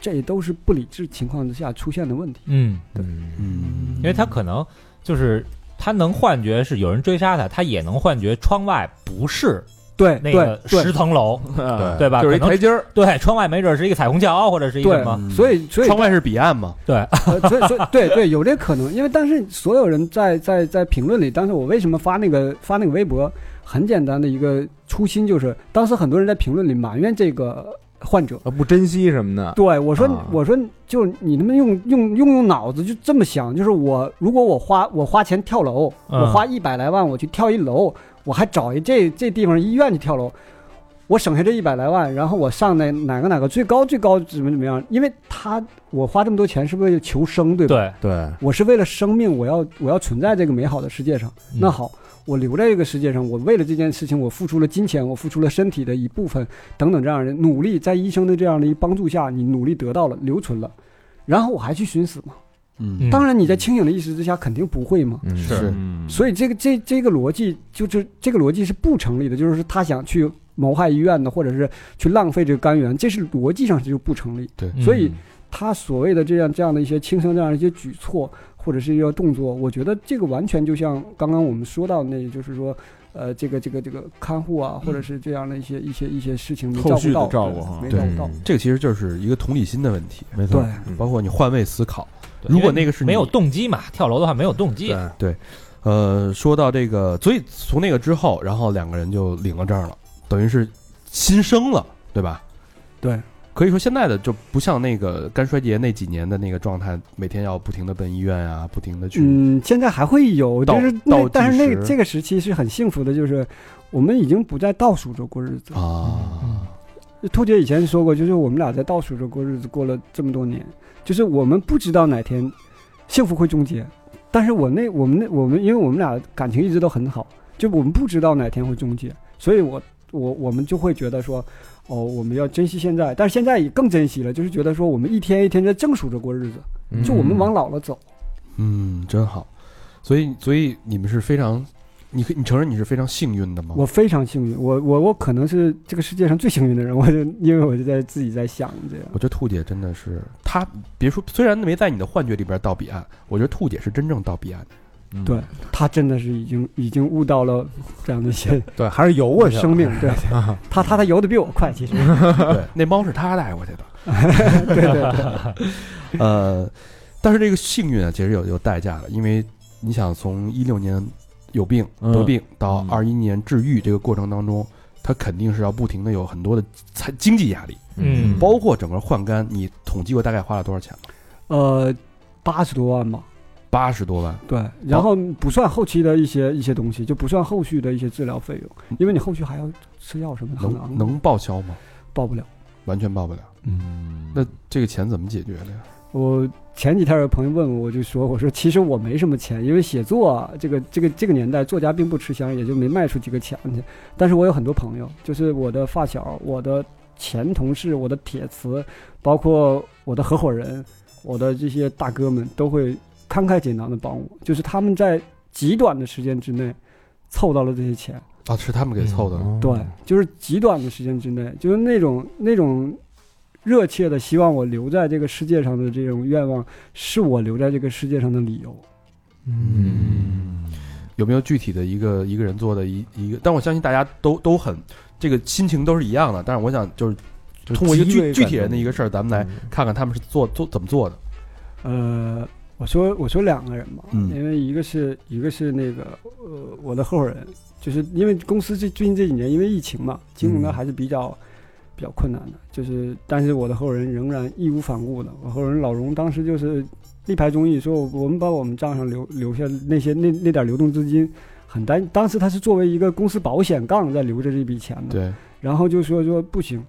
这也都是不理智情况之下出现的问题。嗯，嗯嗯因为他可能就是他能幻觉是有人追杀他，他也能幻觉窗外不是对那个对十层楼，啊对吧就是一可能台阶儿，对，窗外没准是一个彩虹桥或者是一个对什么，对，所以所以窗外是彼岸嘛，对，呃，所以所以对对，有这可能，因为当时所有人在在在评论里，当时我为什么发那个发那个微博，很简单的一个初心就是，当时很多人在评论里埋怨这个患者。啊不珍惜什么的，对我说，啊我说，就是你他妈用用用用脑子就这么想，就是我如果我花我花钱跳楼，嗯我花一百来万我去跳一楼，我还找一这这地方医院去跳楼，我省下这一百来万，然后我上哪哪个哪个最高最高怎么怎么样？因为他我花这么多钱是为了求生，对吧？对，对，我是为了生命，我要我要存在这个美好的世界上。那好，我留在这个世界上，我为了这件事情，我付出了金钱，我付出了身体的一部分，等等这样的努力，在医生的这样的一帮助下，你努力得到了，留存了，然后我还去寻死吗？嗯嗯，当然，你在清醒的意识之下，肯定不会嘛。嗯是嗯所以这个这这个逻辑就是这个逻辑是不成立的，就是他想去谋害医院的，或者是去浪费这个肝源，这是逻辑上就不成立。对，嗯所以他所谓的这样这样的一些轻生这样的一些举措或者是一个动作，我觉得这个完全就像刚刚我们说到的那，就是说，呃，这个这个这个看护啊，或者是这样的一些一些一些事情没后照续顾的到，照顾哈没对照顾嗯到，这个其实就是一个同理心的问题，没对，包括你换位思考。对如果因为那个是你没有动机嘛，跳楼的话没有动机，嗯对呃，说到这个，所以从那个之后，然后两个人就领了证了，等于是新生了，对吧？对，可以说现在的就不像那个肝衰竭那几年的那个状态，每天要不停的奔医院啊，不停的去，嗯，现在还会有，倒就是那倒计但是那时个这个时期是很幸福的，就是我们已经不再倒数着过日子。啊，兔姐以前说过，就是我们俩在倒数着过日子，过了这么多年，就是我们不知道哪天幸福会终结。但是我那我们那我们，因为我们俩感情一直都很好，就我们不知道哪天会终结，所以我我我们就会觉得说，哦，我们要珍惜现在，但是现在也更珍惜了，就是觉得说我们一天一天在正数着过日子，嗯就我们往老了走。嗯，真好。所以，所以你们是非常，你可以你承认你是非常幸运的吗？我非常幸运，我我我可能是这个世界上最幸运的人，我就因为我就在自己在想这样。我觉得兔姐真的是，她别说，虽然没在你的幻觉里边到彼岸，我觉得兔姐是真正到彼岸的。嗯对他真的是已经已经悟到了这样的一些对，还是游过去了生 <laughs> 命，对啊，他他他游的比我快，其实 <laughs> 对， <laughs> 那猫是她带过 <laughs> 去的。对对对， <laughs> 呃，但是这个幸运啊，其实有有代价的，因为你想从一六年有病嗯得病到嗯二一年治愈这个过程当中，他肯定是要不停的有很多的财经济压力，嗯包括整个换肝，你统计过大概花了多少钱吗？呃，八十多万吧，八十多万，对，然后不算后期的一些一些东西，就不算后续的一些治疗费用，因为你后续还要吃药什么的，很能昂能报销吗？报不了。完全报不了。嗯那这个钱怎么解决的呀？我前几天有朋友问我，我就说，我说其实我没什么钱，因为写作、啊、这个这个这个年代，作家并不吃香，也就没卖出几个钱去。但是我有很多朋友，就是我的发小、我的前同事、我的铁磁，包括我的合伙人、我的这些大哥们，都会慷慨解囊的帮我，就是他们在极短的时间之内凑到了这些钱。啊，是他们给凑的。哦嗯对，就是极短的时间之内，就是那种那种热切的希望我留在这个世界上的这种愿望，是我留在这个世界上的理由。嗯，有没有具体的一个一个人做的一一个？但我相信大家都都很这个心情都是一样的。但是我想就是通过一个具具体人的一个事儿，咱们来嗯看看他们是做做怎么做的。呃，我说我说两个人吧，嗯因为一个是一个是那个呃我的合伙人，就是因为公司这最近这几年因为疫情嘛，经营的嗯还是比较。比较困难的，就是但是我的合伙人仍然义无反顾的。我合伙人老荣当时就是力排众议，说我我们把我们账上留留下那些那那点流动资金，很担，当时他是作为一个公司保险杠在留着这笔钱的，对，然后就说说不行，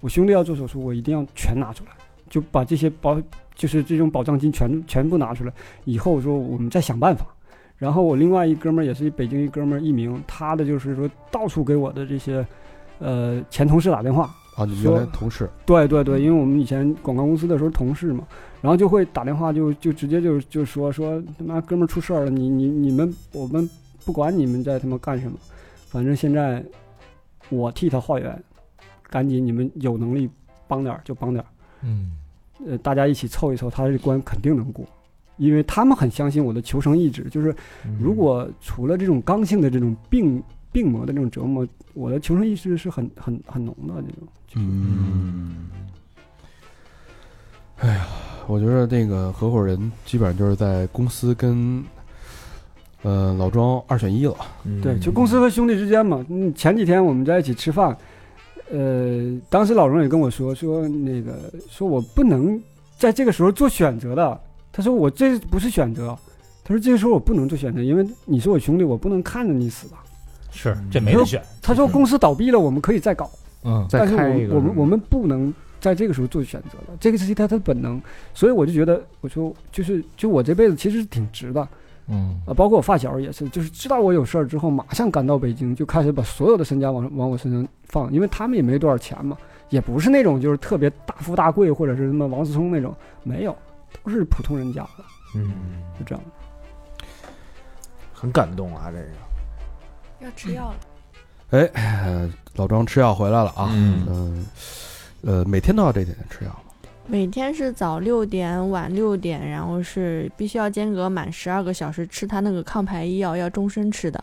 我兄弟要做手术，我一定要全拿出来，就把这些保就是这种保障金全全部拿出来，以后说我们再想办法。然后我另外一哥们儿也是北京一哥们儿一鸣，他的就是说到处给我的这些，呃前同事打电话，啊，你们原来说同事，对对对，因为我们以前广告公司的时候同事嘛，然后就会打电话就就直接就就说说他妈哥们儿出事儿了，你你你们我们不管你们在他妈干什么，反正现在我替他化缘，赶紧你们有能力帮点儿就帮点儿，嗯呃，大家一起凑一凑，他这关肯定能过，因为他们很相信我的求生意志，就是如果除了这种刚性的这种病病魔的这种折磨，我的求生意志是很很很浓的这种，就是嗯，哎呀，我觉得那个合伙人基本上就是在公司跟，呃，老庄二选一了，嗯对，就公司和兄弟之间嘛。嗯，前几天我们在一起吃饭，呃，当时老荣也跟我说说那个说我不能在这个时候做选择的。他说我这不是选择，他说这个时候我不能做选择，因为你是我兄弟，我不能看着你死吧。是这没得选，他说公司倒闭了，我们可以再搞，嗯但再是我开一们个，我们我们不能在这个时候做选择的，这个是他的本能。所以我就觉得，我说就是就我这辈子其实挺值的，嗯啊，包括我发小也是，就是知道我有事儿之后，马上赶到北京，就开始把所有的身家往往我身上放，因为他们也没多少钱嘛，也不是那种就是特别大富大贵，或者是什么王思聪那种，没有，都是普通人家的，嗯，就这样。很感动啊，这个要吃药了，呃，老庄吃药回来了啊，嗯，嗯，呃，每天都要这点吃药吗每天是早六点晚六点，然后是必须要间隔满十二个小时吃他那个抗排异药，要终身吃的。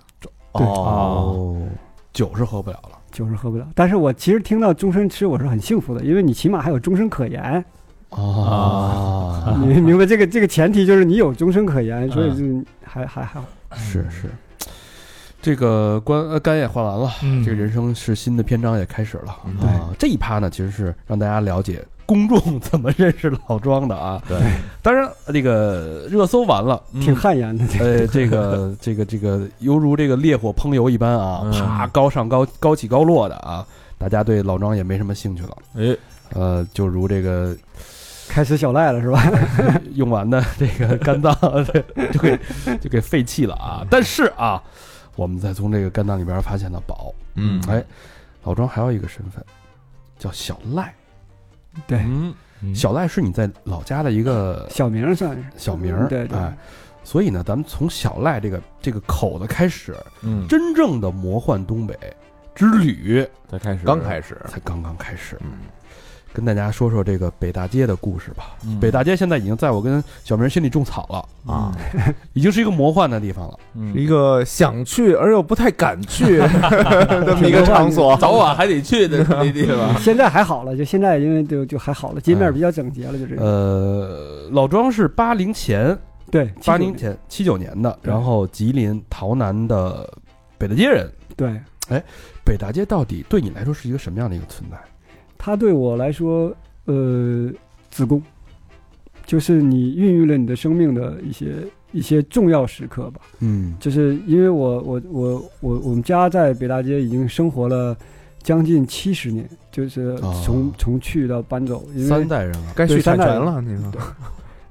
啊哦，哦，酒是喝不了了，酒是喝不了，但是我其实听到终身吃，我是很幸福的，因为你起码还有终身可言。 <laughs> 啊，你明白这个这个前提就是你有终身可言，所以嗯就还还还好。是是，这个关呃肝也换完了。嗯这个人生是新的篇章也开始了对啊！这一趴呢，其实是让大家了解公众怎么认识老庄的啊。对，当然那个热搜完了，挺汗颜的，呃，这个 <laughs> 这个这个犹如这个烈火烹油一般啊，嗯啪高上高高起高落的啊，大家对老庄也没什么兴趣了。哎，呃，就如这个开始小赖了是吧？用完的这个肝脏 <laughs> 对就给就给废弃了啊。嗯但是啊，我们再从这个肝脏里边发现了宝。嗯，哎，老庄还有一个身份叫小赖。对，嗯，小赖是你在老家的一个小名算是小名儿，对对哎，所以呢，咱们从小赖这个这个口子开始，嗯，真正的魔幻东北之旅才开始，刚开始，才刚刚开始。嗯，跟大家说说这个北大街的故事吧。嗯北大街现在已经在我跟小明心里种草了，嗯啊，已经是一个魔幻的地方了。嗯是一个想去而又不太敢去这么一个场所，早晚还得去的那地方。嗯现在还好了，就现在因为就就还好了，街嗯面比较整洁了，就这个。呃，老庄是八零前，对，八79零前七九年的，对然后吉林洮南的北大街人。对北大街到底对你来说是一个什么样的一个存在？它对我来说，呃，子宫，就是你孕育了你的生命的一些一些重要时刻吧。嗯就是因为我我我我我们家在北大街已经生活了将近七十年，就是哦从、从去到搬走，因为三代人了，该去对产三代人权了，你说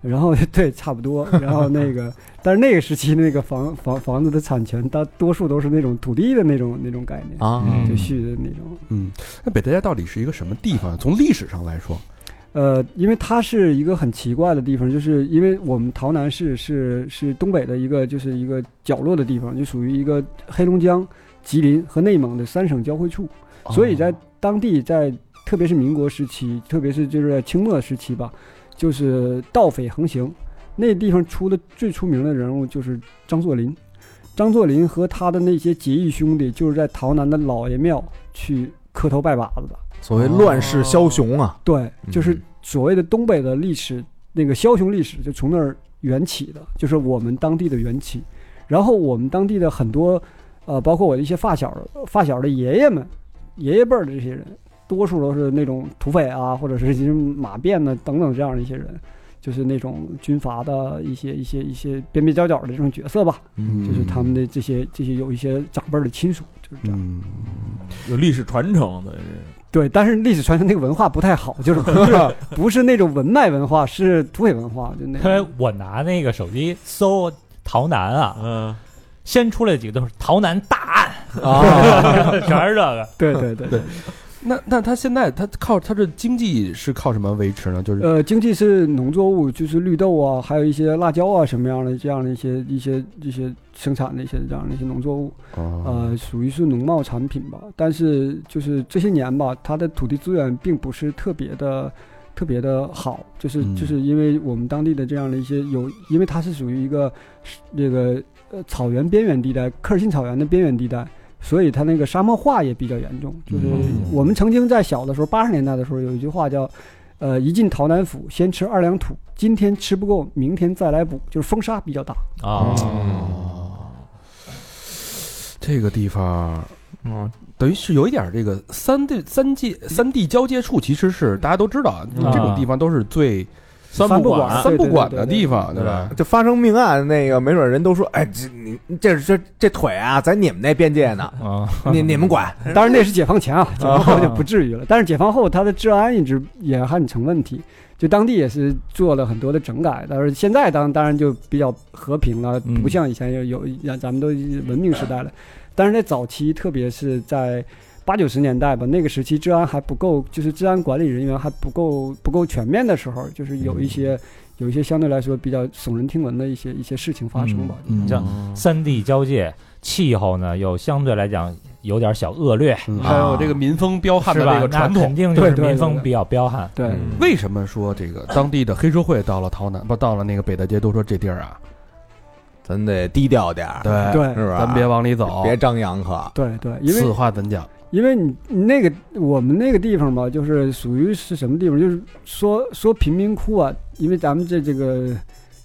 然后 <laughs> 对差不 <laughs> 多，然后那个，但是那个时期那个房房房子的产权，大多数都是那种土地的那种那种概念，啊嗯就续的那种。嗯，那北大街到底是一个什么地方？从历史上来说，呃，因为它是一个很奇怪的地方，就是因为我们洮南市是是东北的一个就是一个角落的地方，就属于一个黑龙江、吉林和内蒙的三省交汇处，哦所以在当地，在特别是民国时期，特别是就是在清末时期吧，就是盗匪横行，那地方出的最出名的人物就是张作霖。张作霖和他的那些结义兄弟，就是在洮南的老爷庙去磕头拜把子的。所谓乱世枭雄啊，对，就是嗯所谓的东北的历史，那个枭雄历史就从那儿缘起的，就是我们当地的缘起。然后我们当地的很多，呃，包括我的一些发小、发小的爷爷们、爷爷辈儿的这些人，多数都是那种土匪啊，或者是一些马变呐等等这样的一些人，就是那种军阀的一些一些一些边边角角的这种角色吧，嗯就是他们的这些这些有一些长辈儿的亲属，就是这样。嗯，有历史传承的是对，但是历史传承那个文化不太好，就是不是不是那种文脉文化，是土匪文化，就那因为种。我拿那个手机搜逃难啊，嗯先出来几个都是逃难大案， <laughs> 啊， <laughs> 全是这个。对对对对，那那他现在他靠他这经济是靠什么维持呢？就是呃，经济是农作物，就是绿豆啊，还有一些辣椒啊，什么样的这样的一些一些一些生产的一些这样的一些农作物，啊，呃，属于是农贸产品吧。但是就是这些年吧，它的土地资源并不是特别的。特别的好，就是嗯就是因为我们当地的这样的一些有，因为它是属于一个这个呃草原边缘地带，科尔沁草原的边缘地带，所以它那个沙漠化也比较严重。就是嗯我们曾经在小的时候，八十年代的时候有一句话叫。呃，一进陶南府，先吃二两土。今天吃不够，明天再来补。就是风沙比较大，哦啊，这个地方嗯，等于是有一点儿这个三地三界三地交界处，其实是大家都知道，啊嗯这种地方都是最三不管管，三对不对管对的对地方，对吧？对嗯嗯吧嗯嗯就发生命案那个，没准人都说，哎，这你这这这腿啊，在你们那边 <laughs> 界呢，啊，你你们管，当然那是解放前啊，解放后就不至于了。但是解放后，它的治安一直也很成问题，就当地也是做了很多的整改，但是现在当当然就比较和平了，嗯不像以前有有像咱们都文明时代了。但是在早期，特别是在八九十年代吧，那个时期治安还不够，就是治安管理人员还不够不够全面的时候，就是有一些。有一些相对来说比较耸人听闻的一些一些事情发生吧，嗯像三地交界，气候呢又相对来讲有点小恶劣，嗯还有这个民风彪悍是的吧？这个传那肯统。定就是对对对民风对比较彪悍。对，嗯为什么说这个当地的黑社会到了洮南，不到了那个北大街都说这地儿啊？咱得低调点儿，对对是吧？咱别往里走，别张扬可，对对，因为此话怎讲？因为你你那个我们那个地方吧，就是属于是什么地方？就是说说贫民窟啊，因为咱们这这个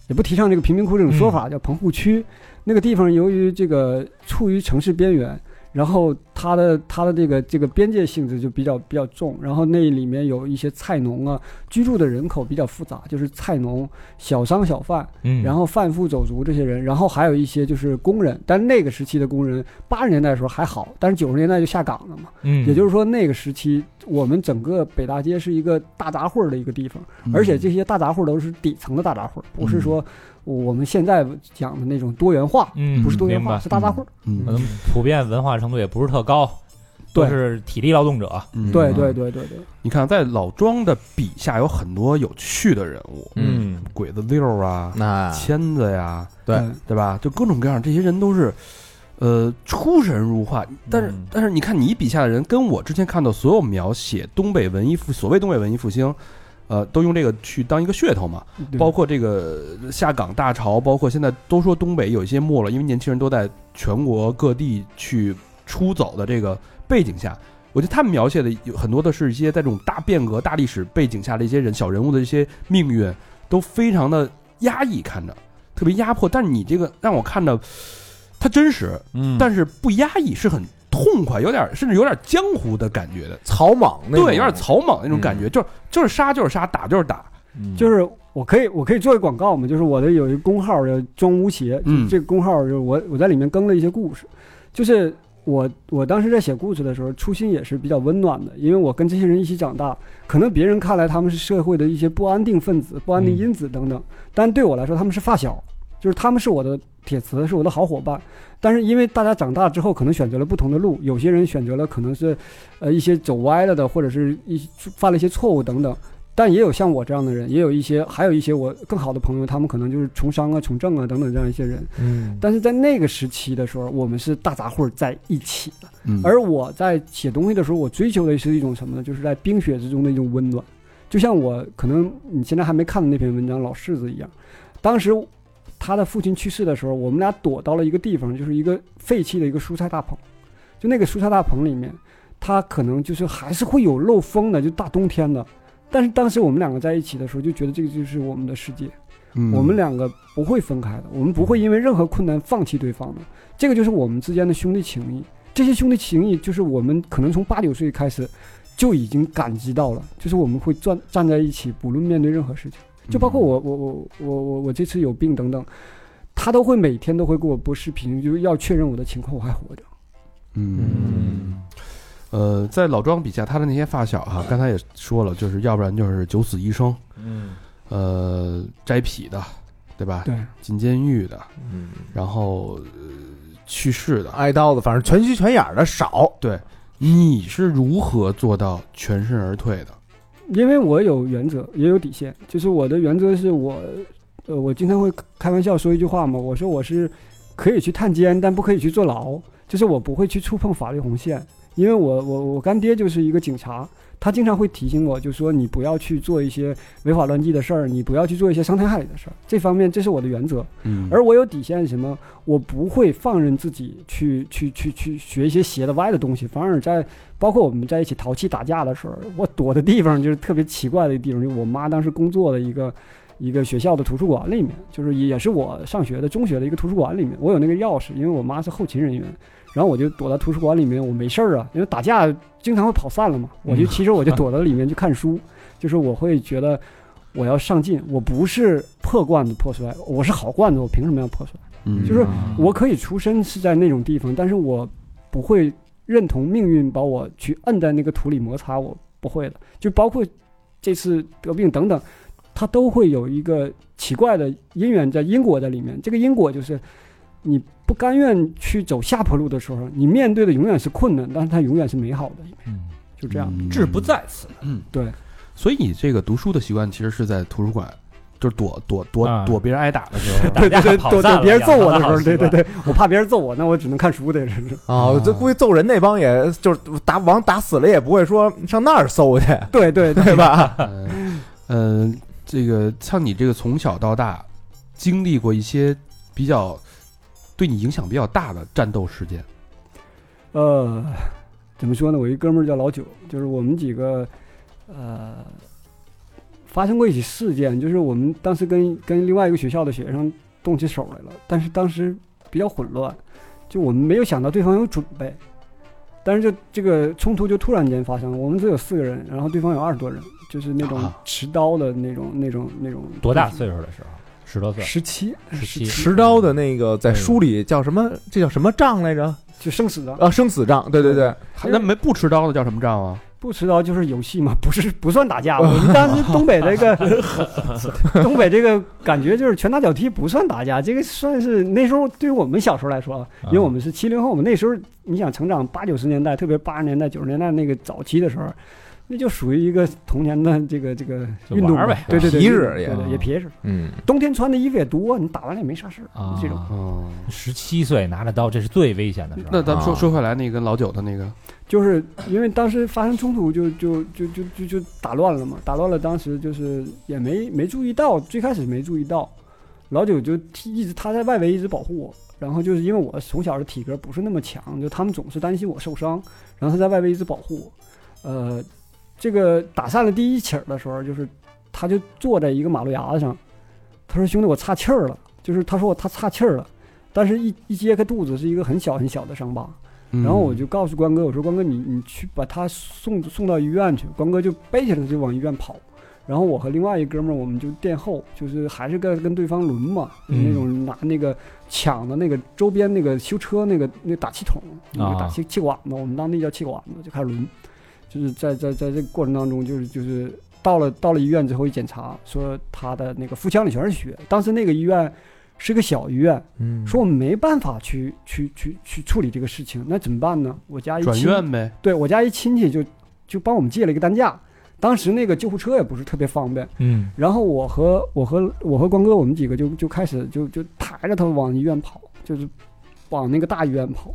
也不提倡这个贫民窟这种说法，叫棚户区。那个地方由于这个处于城市边缘，然后它的它的这个这个边界性质就比较比较重，然后那里面有一些菜农啊，居住的人口比较复杂，就是菜农、小商小贩，嗯然后贩夫走卒这些人，然后还有一些就是工人，但那个时期的工人，八十年代的时候还好，但是九十年代就下岗了嘛。嗯，也就是说，那个时期我们整个北大街是一个大杂烩儿的一个地方，嗯而且这些大杂烩儿都是底层的大杂烩儿，不是说我们现在讲的那种多元化，嗯，不是多元明化，白。是大杂烩儿。嗯可能普遍文化程度也不是特高，都对是体力劳动者。嗯对嗯对对对对，你看，在老庄的笔下有很多有趣的人物，嗯，鬼子六啊，那签子呀，嗯对嗯对吧？就各种各样，这些人都是，呃，出神入化。但是，嗯但是你看你笔下的人，跟我之前看到所有描写东北文艺复，所谓东北文艺复兴，呃，都用这个去当一个噱头嘛。对包括这个呃下岗大潮，包括现在都说东北有一些没了，因为年轻人都在全国各地去出走的这个背景下，我觉得他们描写的有很多的是一些在这种大变革、大历史背景下的一些人小人物的一些命运，都非常的压抑，看着特别压迫。但是你这个让我看着，它真实，嗯但是不压抑，是很痛快，有点甚至有点江湖的感觉的，草莽那对种，，有点草莽那种感觉，就是就是杀就是杀，打就是打，嗯，就是我可以我可以做一广告嘛，就是我的有一个公号叫庄无邪，嗯这个公号就是我我在里面更了一些故事，就是我我当时在写故事的时候，初心也是比较温暖的，因为我跟这些人一起长大，可能别人看来他们是社会的一些不安定分子、不安定因子等等，但对我来说他们是发小，就是他们是我的铁磁，是我的好伙伴。但是因为大家长大之后，可能选择了不同的路，有些人选择了可能是，呃，一些走歪了的，或者是一犯了一些错误等等。但也有像我这样的人，也有一些，还有一些我更好的朋友，他们可能就是从商啊、从政啊等等这样一些人。嗯，但是在那个时期的时候，我们是大杂烩儿在一起的。嗯而我在写东西的时候，我追求的是一种什么呢？就是在冰雪之中的一种温暖，就像我可能你现在还没看的那篇文章《老柿子》一样，当时他的父亲去世的时候，我们俩躲到了一个地方，就是一个废弃的一个蔬菜大棚，就那个蔬菜大棚里面，它可能就是还是会有漏风的，就大冬天的。但是当时我们两个在一起的时候，就觉得这个就是我们的世界，嗯我们两个不会分开的，我们不会因为任何困难放弃对方的。这个就是我们之间的兄弟情谊。这些兄弟情谊，就是我们可能从八九岁嗯开始就已经感知到了，就是我们会站站在一起，不论面对任何事情。就包括我我我我我我这次有病等等，他都会每天都会给我播视频，就是要确认我的情况我还活着。嗯，呃，在老庄笔下，他的那些发小嗯哈、刚才也说了，就是要不然就是九死一生，嗯呃，摘皮的，对吧？对，进监狱的，嗯，然后、呃、去世的。啊挨刀子，反正全心全眼儿的少。你是如何做到全身而退的？因为我有原则，也有底线。就是我的原则是我，呃，我经常会开玩笑说一句话嘛，我说我是可以去探监，但不可以去坐牢，就是我不会去触碰法律红线。因为我我我干爹就是一个警察，他经常会提醒我，就说你不要去做一些违法乱纪的事儿，你不要去做一些伤天害理的事儿。这方面，这是我的原则。嗯而我有底线是什么？我不会放任自己去去去去学一些邪的歪的东西，反而在包括我们在一起淘气打架的时候，我躲的地方就是特别奇怪的地方，就是我妈当时工作的一个一个学校的图书馆里面，就是也是我上学的中学的一个图书馆里面，我有那个钥匙，因为我妈是后勤人员。然后我就躲到图书馆里面，我没事儿啊，因为打架经常会跑散了嘛，我就其实我就躲到里面去看书， <laughs> 就是我会觉得我要上进，我不是破罐子破摔，我是好罐子，我凭什么要破摔？嗯就是我可以出身是在那种地方，但是我不会认同命运把我去摁在那个土里摩擦，我不会的。就包括这次得病等等，它都会有一个奇怪的因缘在因果在里面。这个因果就是你不甘愿去走下坡路的时候，你面对的永远是困难，但是它永远是美好的，嗯，就这样。志不。在此，嗯所以你这个读书的习惯，其实是在图书馆，就是躲躲躲啊躲别人挨打的时候。打架对，跑躲散躲了别人揍我的时养候，成对了好习对惯对，我怕别人揍我，那我只能看书 <laughs> 得是。啊，这估计揍人那帮也就是打往打死了也不会说上那儿搜去，对对对对吧？ <laughs> 嗯呃，这个像你这个从小到大经历过一些比较对你影响比较大的战斗事件，呃，怎么说呢？我一哥们儿叫老九，就是我们几个，呃，发生过一起事件，就是我们当时跟跟另外一个学校的学生动起手来了，但是当时比较混乱，就我们没有想到对方有准备，但是这这个冲突就突然间发生了，我们只有四个人，然后对方有二十多人，就是那种啊持刀的那种、那种那种。多大？岁数的时候？十多岁，十七，啊十七，持刀的那个在书里叫什么？这叫什么杖来着？就生死的。啊，生死杖。对对对，还有那没不持刀的叫什么仗啊？不持刀就是游戏嘛，不是不算打架。我们当时东北这个，东北这个感觉就是拳打脚踢不算打架，这个算是那时候对于我们小时候来说啊，因为我们是七零后，我们那时候你想成长八九十年代，特别八十年代九十年代那个早期的时候，那就属于一个童年的这个这个就运动玩嘛呗对对对，皮运动实也对啊对也皮实。嗯，冬天穿的衣服也多，你打完了也没啥事儿啊，这种哦，十七岁拿着刀，这是最危险的时候。那咱们说啊说回来，那个跟老九的那个，就是因为当时发生冲突就，就就就就就打乱了嘛，打乱了。当时就是也没没注意到，最开始没注意到，老九就踢一直他在外围一直保护我，然后就是因为我从小的体格不是那么强，就他们总是担心我受伤，然后他在外围一直保护我。呃，这个打散了第一起儿的时候，就是他就坐在一个马路牙子上，他说：“兄弟，我岔气儿了。”就是他说我他岔气儿了，但是一一揭开肚子是一个很小很小的伤疤。嗯然后我就告诉关哥，我说关哥你你去把他送送到医院去。关哥就背起来就往医院跑，然后我和另外一哥们儿我们就殿后，就是还是跟跟对方抡嘛，就是那种拿那个抢的那个周边那个修车那个那打气筒，那个打气气管子，我们当地叫气管子，就开始抡。就是在在在这个过程当中，就是就是到了到了医院之后一检查，说他的那个腹腔里全是血。当时那个医院是个小医院，嗯说我们没办法去去去去处理这个事情，那怎么办呢？我家一嗯转亲院呗，对我家一亲戚就就帮我们借了一个担架，当时那个救护车也不是特别方便，嗯，然后我和我和我和光哥我们几个就就开始就就抬着他往医院跑，就是往那个大医院跑。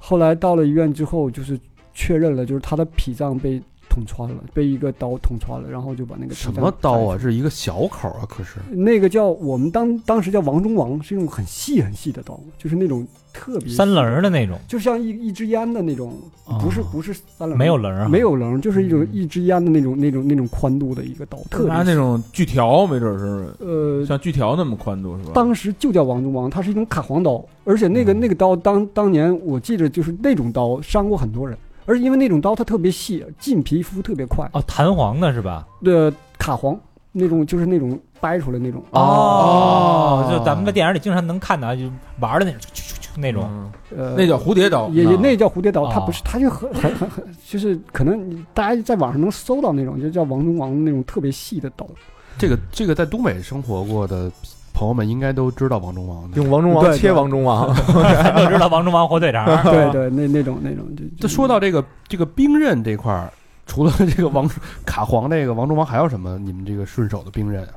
后来到了医院之后，就是确认了，就是他的脾脏被捅穿了，被一个刀捅穿了，然后就把那个脾什脏么刀摘啊？是一个小口啊，可是出来？那个叫我们当当时叫王中王，是一种很细很细的刀，就是那种特别三棱细儿的那种，哦就像一一支烟的那种，不是不是三棱儿，没有棱儿啊，没有棱儿，就是一种嗯一支烟的那种那种那种宽度的一个刀，特别拿细那种锯条，没准是呃像锯条那么宽度是吧？当时就叫王中王，它是一种卡簧刀，而且那个嗯那个刀当当年我记着就是那种刀伤过很多人，而且因为那种刀它特别细，进皮肤特别快，哦，弹簧的是吧？呃，卡簧那种就是那种掰出来那种，哦，就咱们在电影里经常能看到，就玩的那种，啾啾啾啾那种。嗯呃，那叫蝴蝶岛，也也啊那叫蝴蝶岛，它哦不是，它就很很很很，就是可能你大家在网上能搜到那种，就叫王中王那种特别细的岛， <laughs> 这个这个在东北生活过的朋友们应该都知道王中王的。用王中王对切对王中 <laughs> 王，咱就知道王中王火腿肠， <laughs> 对对，那那种那种就这说到这个这个兵刃这块儿，除了这个王卡皇这个王中王，还有什么你们这个顺手的兵刃啊？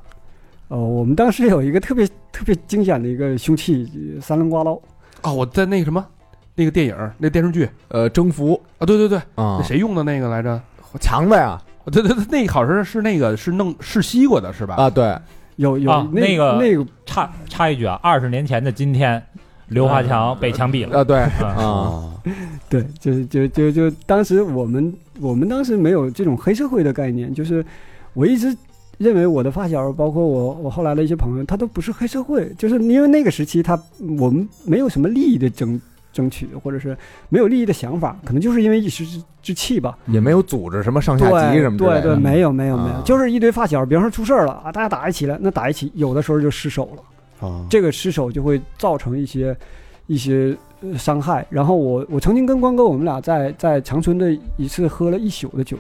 呃，我们当时有一个特别特别惊险的一个凶器，呃三棱刮刀，哦，我在那个什么那个电影儿那电视剧呃，征服啊，对对对，啊那，谁用的那个来着？啊强的呀对对对，那个好像是那个是弄是西瓜的是吧？啊，对，有有、啊那那个那个插插一句啊，二十年前的今天，刘华强被枪毙了。啊对啊啊，哦， <laughs> 对，就是就就就当时我们我们当时没有这种黑社会的概念，就是我一直认为我的发小，包括我我后来的一些朋友，他都不是黑社会，就是因为那个时期他我们没有什么利益的争争取，或者是没有利益的想法，可能就是因为一时之之气吧。也没有组织什么上下级对什么之类对的，对，没有没有没有，啊就是一堆发小，比方说出事儿了啊，大家打一起了，那打一起，有的时候就失手了。啊哦这个失手就会造成一些一些呃伤害。然后我我曾经跟关哥我们俩在在长春的一次喝了一宿的酒，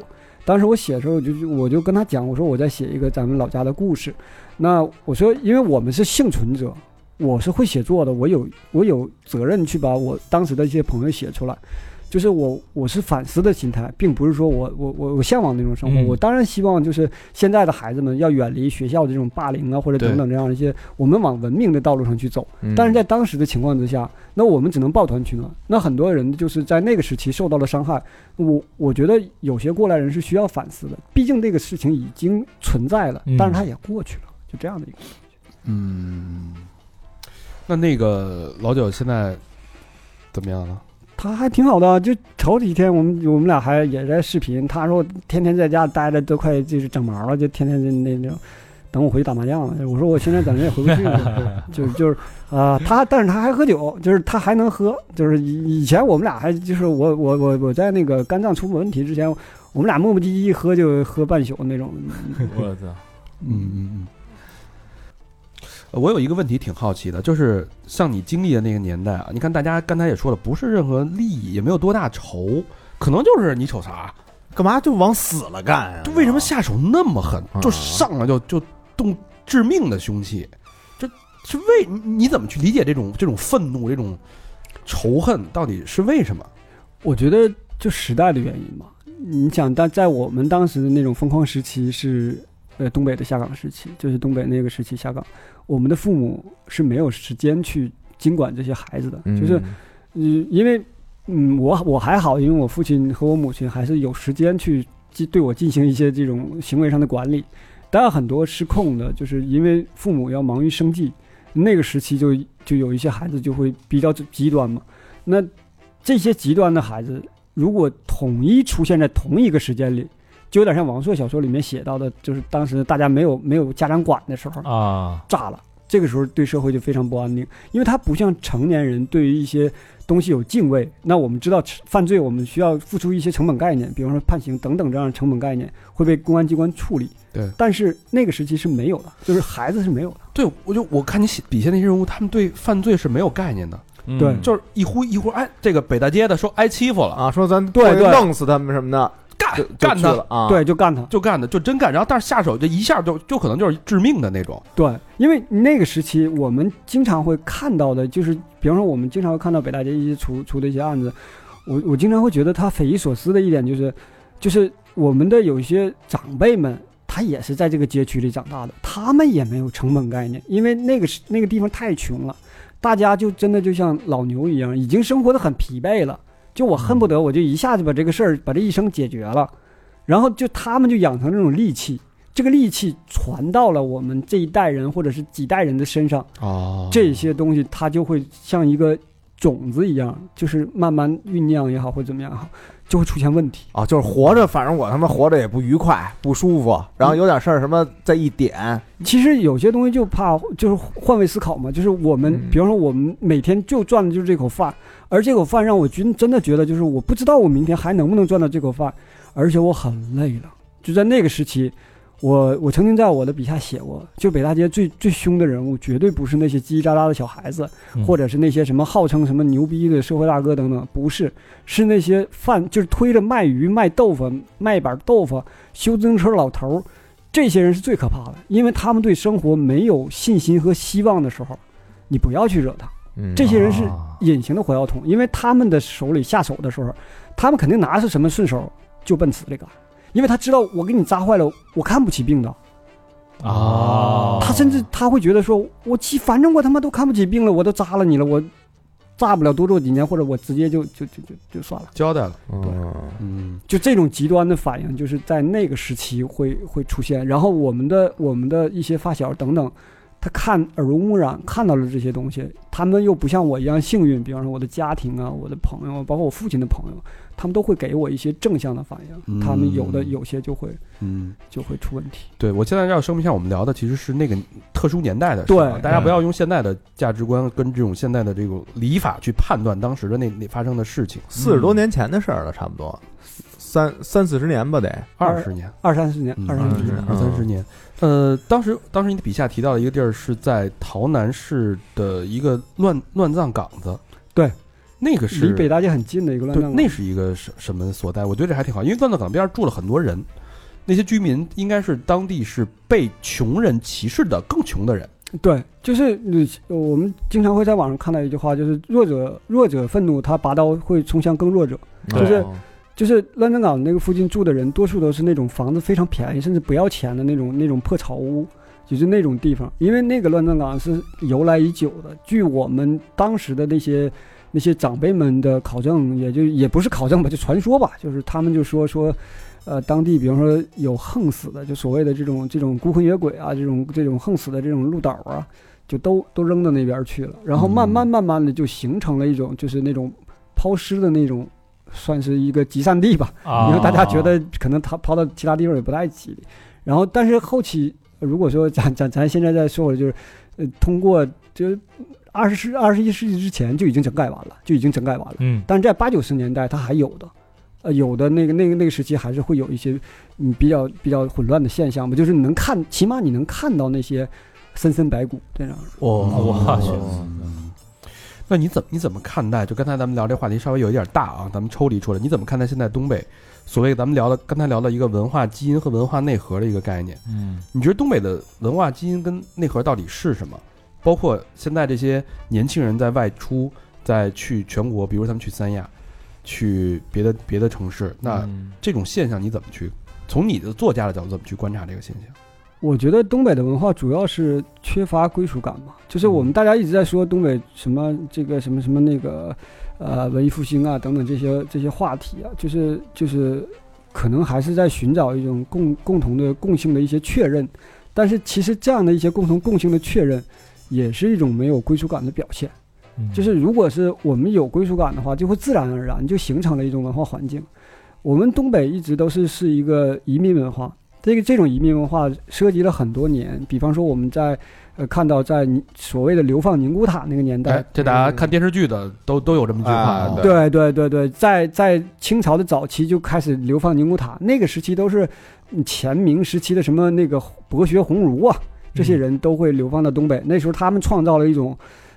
当时我写的时候我就我就跟他讲，我说我在写一个咱们老家的故事。那我说，因为我们是幸存者，我是会写作的，我有我有责任去把我当时的一些朋友写出来。就是我我是反思的心态，并不是说我我我我向往那种生活。嗯我当然希望就是现在的孩子们要远离学校的这种霸凌啊，或者对等等这样的一些，我们往文明的道路上去走。嗯但是在当时的情况之下，那我们只能抱团取暖。那很多人就是在那个时期受到了伤害，我我觉得有些过来人是需要反思的，毕竟这个事情已经存在了嗯，但是它也过去了，就这样的一个。嗯，那那个老九现在怎么样了？他还挺好的，就头几天我们我们俩还也在视频，他说天天在家待着都快就是整毛了，就天天就那那种。等我回去打麻将了，我说我现在感觉也回不去了，就就就是啊、他但是他还喝酒，就是他还能喝，就是以以前我们俩还就是我我我我在那个肝脏出问题之前，我们俩磨磨唧唧喝就喝半宿那种，我操，嗯嗯嗯。呃我有一个问题挺好奇的，就是像你经历的那个年代啊，你看大家刚才也说了，不是任何利益，也没有多大仇，可能就是你瞅啥，干嘛就往死了干呀就？为什么下手那么狠，啊就上来就就动致命的凶器，这是为你你怎么去理解这种这种愤怒、这种仇恨到底是为什么？我觉得就时代的原因吧。你想，但在我们当时的那种疯狂时期是，呃，东北的下岗时期，就是东北那个时期下岗，我们的父母是没有时间去经管这些孩子的，嗯就是，嗯，因为，嗯，我我还好，因为我父亲和我母亲还是有时间去进对我进行一些这种行为上的管理，但很多失控的，就是因为父母要忙于生计，那个时期就就有一些孩子就会比较极端嘛。那这些极端的孩子，如果统一出现在同一个时间里，就有点像王朔小说里面写到的，就是当时大家没有没有家长管的时候，啊，炸了。这个时候对社会就非常不安定，因为他不像成年人对于一些东西有敬畏。那我们知道犯罪，我们需要付出一些成本概念，比方说判刑等等这样的成本概念会被公安机关处理。对但是那个时期是没有的，就是孩子是没有的。对，我就我看你写笔下那些人物，他们对犯罪是没有概念的，嗯对就是一呼一呼，哎，这个北大街的说挨欺负了，啊，说咱对对弄死他们什么的，干就干就去他了啊，对，就干他。就干的，就真干，然后但是下手就一下就就可能就是致命的那种，对，因为那个时期我们经常会看到的，就是比方说我们经常会看到北大街一些出出的一些案子，我我经常会觉得他匪夷所思的一点就是，就是我们的有一些长辈们。他也是在这个街区里长大的，他们也没有成本概念，因为那个是那个地方太穷了，大家就真的就像老牛一样，已经生活的很疲惫了。就我恨不得我就一下子把这个事儿把这一生解决了，然后就他们就养成这种戾气，这个戾气传到了我们这一代人或者是几代人的身上，哦这些东西它就会像一个种子一样，就是慢慢酝酿也好，或者怎么样也好，就会出现问题。啊，就是活着，反正我他妈活着也不愉快，不舒服，然后有点事儿什么再一点，其实有些东西就怕就是换位思考嘛，就是我们，嗯比方说我们每天就赚的就是这口饭，而这口饭让我真真的觉得就是我不知道我明天还能不能赚到这口饭，而且我很累了。就在那个时期，我我曾经在我的笔下写过，就北大街最最凶的人物，绝对不是那些叽叽喳喳的小孩子，嗯或者是那些什么号称什么牛逼的社会大哥等等，不是，是那些贩就是推着卖鱼、卖豆腐、卖板豆腐、修自行车老头儿，这些人是最可怕的，因为他们对生活没有信心和希望的时候，你不要去惹他。嗯这些人是啊隐形的火药桶，因为他们的手里下手的时候，他们肯定拿是什么顺手就奔死这个，因为他知道我给你扎坏了，我看不起病的，啊，他甚至他会觉得说，我其反正我他妈都看不起病了，我都扎了你了，我炸不了多做几年，或者我直接就就就就就算了，交代了，嗯嗯，就这种极端的反应，就是在那个时期会会出现。然后我们的我们的一些发小等等，他看耳濡目染看到了这些东西，他们又不像我一样幸运，比方说我的家庭啊，我的朋友啊，包括我父亲的朋友，他们都会给我一些正向的反应。嗯他们有的有些就会嗯，就会出问题。对我现在要声明一下，我们聊的其实是那个特殊年代的事啊，对嗯大家不要用现在的价值观跟这种现在的这种礼法去判断当时的那那发生的事情。四十多年前的事儿了，差不多三三四十年吧，得二十年，二三十年，嗯二三十年，嗯二三十年，呃，当时当时你的笔下提到了一个地儿是在洮南市的一个乱乱葬岗子，对，那个是离北大街很近的一个乱对，葬岗。那是一个什什么所在？我觉得这还挺好，因为乱葬岗边儿住了很多人，那些居民应该是当地是被穷人歧视的更穷的人。对，就是你，我们经常会在网上看到一句话，就是弱者弱者愤怒，他拔刀会冲向更弱者。就是就是乱葬岗那个附近住的人，多数都是那种房子非常便宜，甚至不要钱的那种那种破草屋，就是那种地方。因为那个乱葬岗是由来已久的，据我们当时的那些那些长辈们的考证，也就也不是考证吧，就传说吧，就是他们就说说，呃，当地比方说有横死的，就所谓的这种这种孤魂野鬼啊，这种这种横死的这种鹿岛啊，就都都扔到那边去了，然后慢慢慢慢的就形成了一种就是那种抛尸的那种。算是一个集散地吧，啊因为大家觉得可能他抛到其他地方也不太吉利。然后，但是后期呃如果说咱咱咱现在再说回来，就是呃，通过就是二十二十一世纪之前就已经整改完了，就已经整改完了。嗯但是在八九十年代，它还有的，呃，有的那个那个那个时期还是会有一些嗯比较比较混乱的现象吧，就是你能看，起码你能看到那些森森白骨这样。哦嗯嗯嗯我去那你怎么你怎么看待？就刚才咱们聊这话题稍微有一点大啊，咱们抽离出来，你怎么看待现在东北所谓咱们聊的刚才聊的一个文化基因和文化内核的一个概念？嗯你觉得东北的文化基因跟内核到底是什么？包括现在这些年轻人在外出，在去全国，比如他们去三亚，去别的别的城市，那嗯这种现象你怎么去？从你的作家的角度怎么去观察这个现象？我觉得东北的文化主要是缺乏归属感吧，就是我们大家一直在说东北什么这个什么什么那个，呃，文艺复兴啊等等这些这些话题啊，就是就是可能还是在寻找一种共共同的共性的一些确认，但是其实这样的一些共同共性的确认，也是一种没有归属感的表现。嗯就是如果是我们有归属感的话，就会自然而然就形成了一种文化环境。我们东北一直都是是一个移民文化，这个这种移民文化涉及了很多年。比方说我们在呃看到在你所谓的流放宁古塔那个年代哎，，这大家看电视剧的都都有这么一句话啊，嗯对对对对，在在清朝的早期就开始流放宁古塔，那个时期都是嗯前明时期的什么那个博学鸿儒啊，这嗯些人都会流放到东北。那时候他们创造了一种，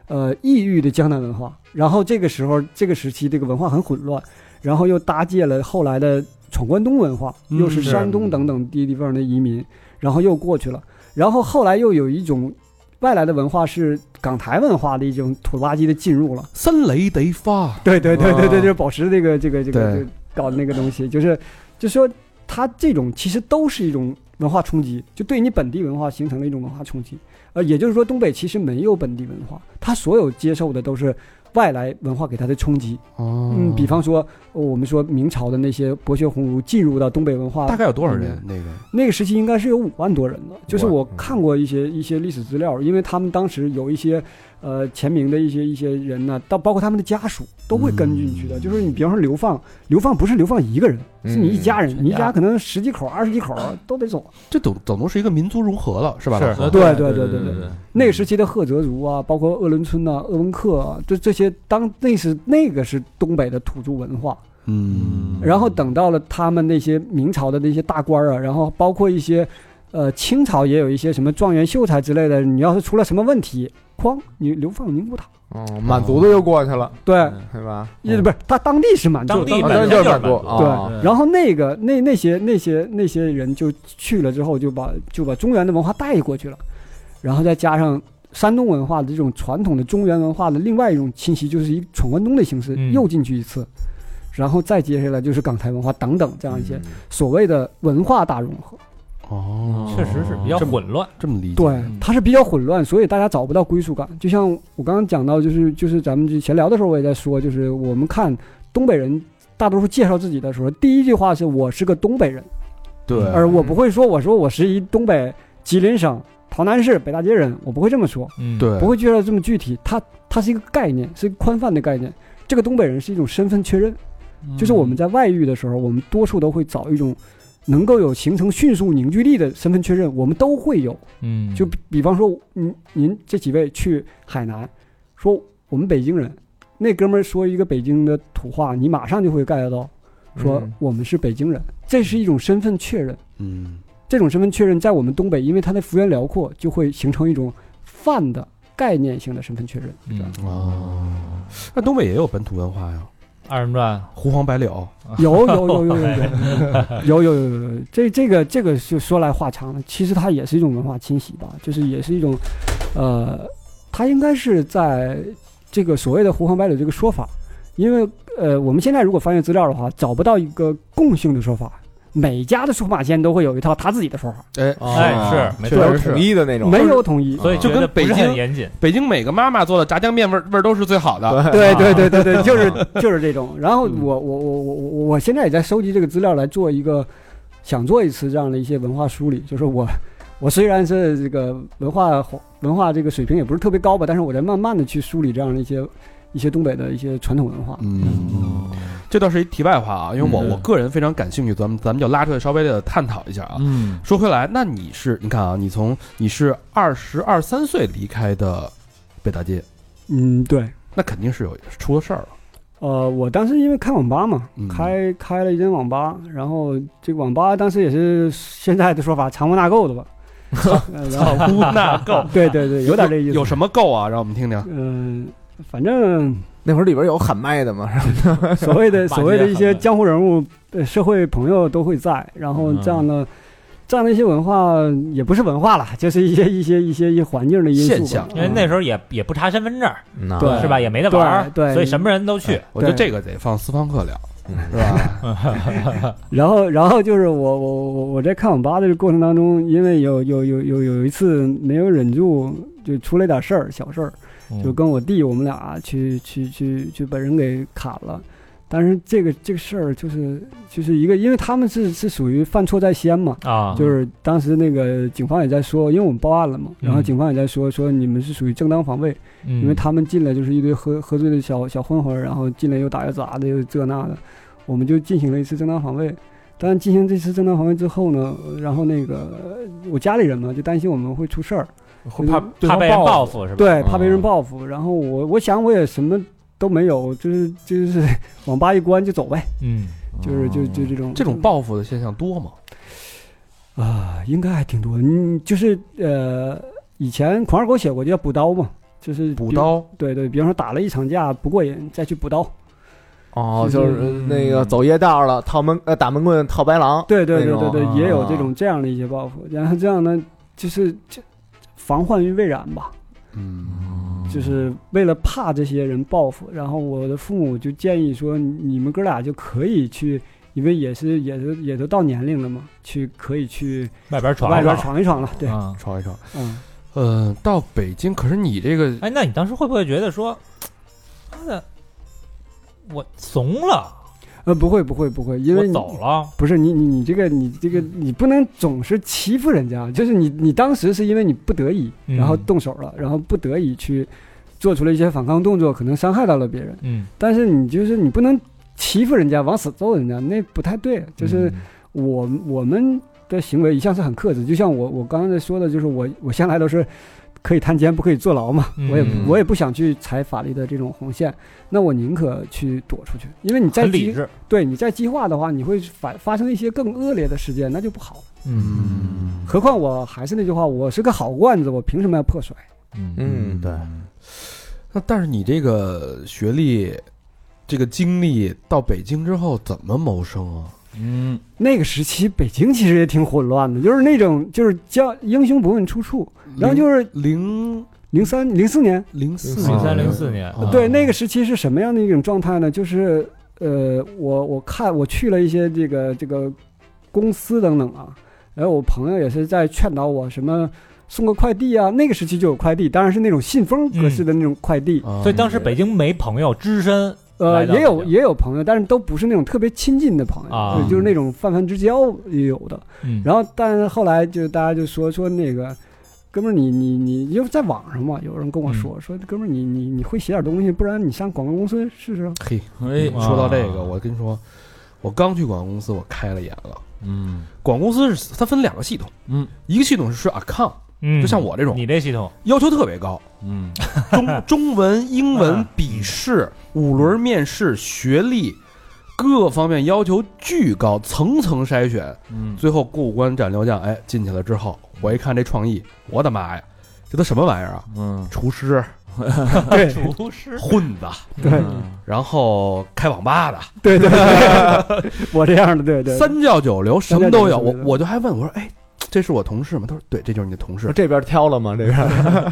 呃，异域的江南文化。然后这个时候这个时期这个文化很混乱，然后又搭建了后来的闯关东文化，嗯又是是山东等等地地方的移民，然后又过去了。然后后来又有一种外来的文化是港台文化的一种土吧唧的进入了。三雷得发， <laughs> 对对对对啊对，就是宝石这个这个这个哦对就搞的那个东西，就是就说它这种其实都是一种文化冲击，就对你本地文化形成了一种文化冲击。呃，也就是说，东北其实没有本地文化，它所有接受的都是外来文化给它的冲击。哦嗯，比方说、呃我们说明朝的那些博学鸿儒进入到东北文化大概有多少人？那个那个时期应该是有五万多人的，就是我嗯看过一些一些历史资料，因为他们当时有一些，呃，前明的一些一些人呢，到包括他们的家属都会跟进去的。嗯就是你比方说流放，流放不是流放一个人，嗯是你一家人，全家你一家可能十几口、二十几口啊都得走。这总总共是一个民族融合了，是吧？是老何对对对对对对，那个时期的赫哲族啊，包括鄂伦春呐、鄂温克啊，这这些当那是那个是东北的土著文化。嗯，然后等到了他们那些明朝的那些大官儿啊，然后包括一些呃，清朝也有一些什么状元秀才之类的，你要是出了什么问题，哐，你流放宁古塔。哦，满族的又过去了，对，嗯对吧？也不是他当地是满当洲，地满哦那族就就是是满族满族对啊，对然后那个那那些那些那些人就去了之后，就把就把中原的文化带过去了，然后再加上山东文化的这种传统的中原文化的另外一种侵袭，就是以闯关东的形式嗯又进去一次，然后再接下来就是港台文化等等这样一些嗯所谓的文化大融合。哦，嗯确实是比较这么混乱。这么理解，对，它是比较混乱，所以大家找不到归属感。就像我刚刚讲到，就是就是咱们之前聊的时候，我也在说，就是我们看东北人大多数介绍自己的时候，第一句话是我是个东北人。对，嗯而我不会说我说我是一东北吉林省洮南市北大街人，我不会这么说，嗯，对不会介绍这么具体。它它是一个概念，是一个宽泛的概念。这个东北人是一种身份确认，嗯就是我们在外遇的时候，我们多数都会找一种能够有形成迅速凝聚力的身份确认，我们都会有。嗯，就比比方说，您您这几位去海南，说我们北京人，那哥们儿说一个北京的土话，你马上就会 get 到，说嗯我们是北京人，这是一种身份确认。嗯，这种身份确认在我们东北，因为它的幅员辽阔，就会形成一种泛的概念性的身份确认。嗯哦，那东北也有本土文化呀，二人转，胡黄白柳，有有有有有有有有有有有，这这个这个就说来话长了。其实它也是一种文化侵袭吧，就是也是一种，呃，它应该是在这个所谓的“胡黄白柳”这个说法，因为呃，我们现在如果翻阅资料的话，找不到一个共性的说法，每家的出马仙都会有一套他自己的说法，哎，哎是没确实错统一的那种，没有统一。所以就觉得跟北不是很京严谨，北京每个妈妈做的炸酱面味儿味儿都是最好 <laughs> 啊的，对对对对对，就是就是这种。然后嗯我我我我我我现在也在收集这个资料来做一个，想做一次这样的一些文化梳理。就是我我虽然是这个文化文化这个水平也不是特别高吧，但是我在慢慢的去梳理这样的一些一些东北的一些传统文化。嗯，这倒是一题外话啊，因为我嗯我个人非常感兴趣，咱们咱们就拉出来稍微的探讨一下啊。嗯说回来，那你是你看啊，你从你是二十二三岁离开的北大街，嗯，对。那肯定是有出了事儿了。呃，我当时因为开网吧嘛嗯，开开了一间网吧，然后这个网吧当时也是现在的说法藏污纳垢的 <laughs> 吧， <laughs> 呃然后污纳垢， <laughs> 对对对，有点这意思。有什么垢啊？让我们听听。嗯、<laughs> 反正 <laughs> 那会儿里边有喊麦的嘛， <laughs> 是吧所谓的骂街所谓的一些很江湖人物、呃社会朋友都会在，然后嗯这样的、这样的一些文化也不是文化了， <laughs> 就是一些一些一些一些环境的因素吧现象因为哎那时候也也不查身份证儿，嗯对是吧？也没得玩儿，对对所以什么人都去。我觉得对这个得放私房课聊，嗯是吧？然后然后就是我我我我在看网吧的这个过程当中，因为有有有有有一次没有忍住，就出了点事儿，小事儿，哎嗯就跟我弟我们俩去去去去把人给砍了。但是这个这个事儿就是就是一个，因为他们是是属于犯错在先嘛，啊，就是当时那个警方也在说，因为我们报案了嘛，嗯然后警方也在说说你们是属于正当防卫，因因为他们进来就是一堆喝喝醉的小小混混儿，然后进来又打又砸的又这那的，我们就进行了一次正当防卫。但进行这次正当防卫之后呢，呃然后那个呃我家里人嘛就担心我们会出事儿，会怕对怕方被人报报复，复是吧？对，怕被人报复。然后我我想我也什么都没有，就是就是 <laughs> 网吧一关就走呗，嗯，就是就就这种这种报复的现象多吗？啊，应该还挺多。嗯，就是呃，以前狂二狗写过就叫补刀嘛，就是补比，刀，对对，比方说打了一场架不过瘾，再去补刀。哦，就就是是那个走夜道了，套门呃打门棍套白狼，对对对那对种对，啊也有这种这样的一些报复。然后这样呢，就是这防患于未然吧，嗯，就是为了怕这些人报复，然后我的父母就建议说，你们哥俩就可以去。因为也是也是也都到年龄了嘛，去可以去外边闯外边一闯一闯了，对，啊。吵一吵。嗯，呃，到北京，可是你这个哎，那你当时会不会觉得说，妈的，我怂了，呃，不会不会不会，因为我你走了，不是你你你这个你这嗯个你不能总是欺负人家，就是你你当时是因为你不得已，嗯然后动手了，然后不得已去做出了一些反抗动作，可能伤害到了别人，嗯，但是你就是你不能欺负人家，往死揍人家，那不太对。就是嗯我我们的行为一向是很克制，就像我我刚才说的，就是我我向来都是可以探监，不可以坐牢嘛。嗯我也我也不想去踩法律的这种红线，那我宁可去躲出去，因为你在很理激智，对你在激化的话，你会反发生一些更恶劣的事件，那就不好。嗯，何况我还是那句话，我是个好罐子，我凭什么要破摔？嗯对那但是你这个学历，这个经历到北京之后怎么谋生啊？嗯，那个时期北京其实也挺混乱的，就是那种就是叫英雄不问出处，然后就是零零三零四年，零四零03三零年四年，啊哦对那个时期是什么样的一种状态呢？就是呃，我我看我去了一些这个这个公司等等啊，然后我朋友也是在劝导我什么送个快递啊，那个时期就有快递，当然是那种信封格式的那种快递，啊所以当时北京没朋友，只身呃，来到也有北京也有朋友，但是都不是那种特别亲近的朋友，啊就就是那种泛泛之交也有的。嗯然后，但是后来就大家就说说那个，哥们儿你你你，因为在网上嘛，有人跟我嗯说、说哥们儿你你你会写点东西，不然你上广告公司 <laughs> 试试。嘿，嗯哎，说到这个，啊我跟你说，我刚去广告公司，我开了眼了。嗯广告公司是它分两个系统，嗯，一个系统是说 account，嗯，就像我这种你这系统，要求特别高，嗯中中文、英文嗯笔试、五轮面试、学历各方面要求巨高，层层筛选，嗯，最后过五关斩六将，哎，进去了之后，我一看这创意，我的妈呀，这都什么玩意儿啊？嗯，厨师、对厨师，混子， <laughs> 对嗯然后开网吧的，对对对， <laughs> 我这样的对对。三教九流什么都有。三教九我流我就还问我说，哎，这是我同事吗？他说，对，这就是你的同 <laughs> 事。这边挑了吗？这边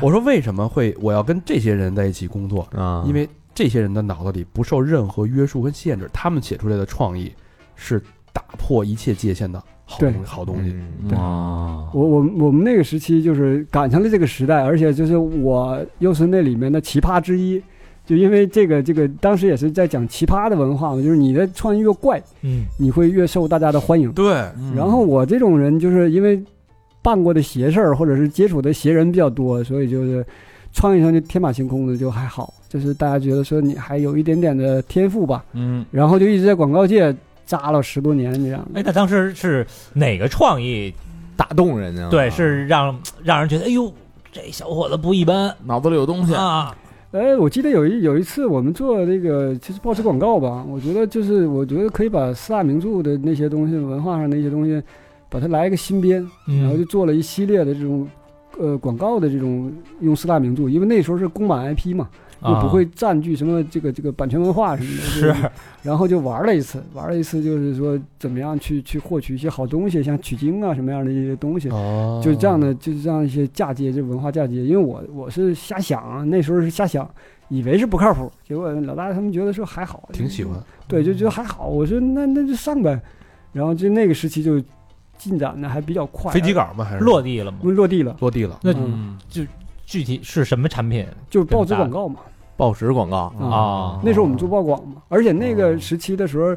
我说为什么会我要跟这些人在一起工作？啊因为这些人的脑子里不受任何约束跟限制，他们写出来的创意是打破一切界限的好对东西。好东西，嗯对啊，我我们我们那个时期就是赶上了这个时代，而且就是我又是那里面的奇葩之一，就因为这个这个当时也是在讲奇葩的文化嘛，就是你的创意越怪，嗯你会越受大家的欢迎。对，嗯然后我这种人就是因为办过的邪事儿或者是接触的邪人比较多，所以就是创意上就天马行空的就还好，就是大家觉得说你还有一点点的天赋吧，嗯然后就一直在广告界扎了十多年这样。哎，那当时是哪个创意？打动人嗯家，啊对，是让让人觉得，哎呦，这小伙子不一般脑子里有东西，啊，哎，我记得有一有一次我们做那个就是报纸广告吧，我觉得就是我觉得可以把四大名著的那些东西、文化上的一些东西，把它来一个新编，然后就嗯，做了一系列的这种呃广告的这种用四大名著，因为那时候是公版 IP 嘛，又啊不会占据什么这个这个版权文化什么的，就是然后就玩了一次，玩了一次就是说怎么样去去获取一些好东西，像取经啊什么样的一些东西，哦就是这样的，就是这样一些嫁接，就文化嫁接。因为我我是瞎想，啊那时候是瞎想，以为是不靠谱，结果老大他们觉得说还好，挺喜欢，对，就觉得还好。我说那那就上呗，然后就那个时期就进展的还比较快，飞机稿吗？还是落地了吗？落地了，落地了？那嗯，具体是什么产品就是报纸广告嘛报纸 <laughs> 广告，嗯啊。啊？那时候我们做曝光嘛，而且那个时期的时候，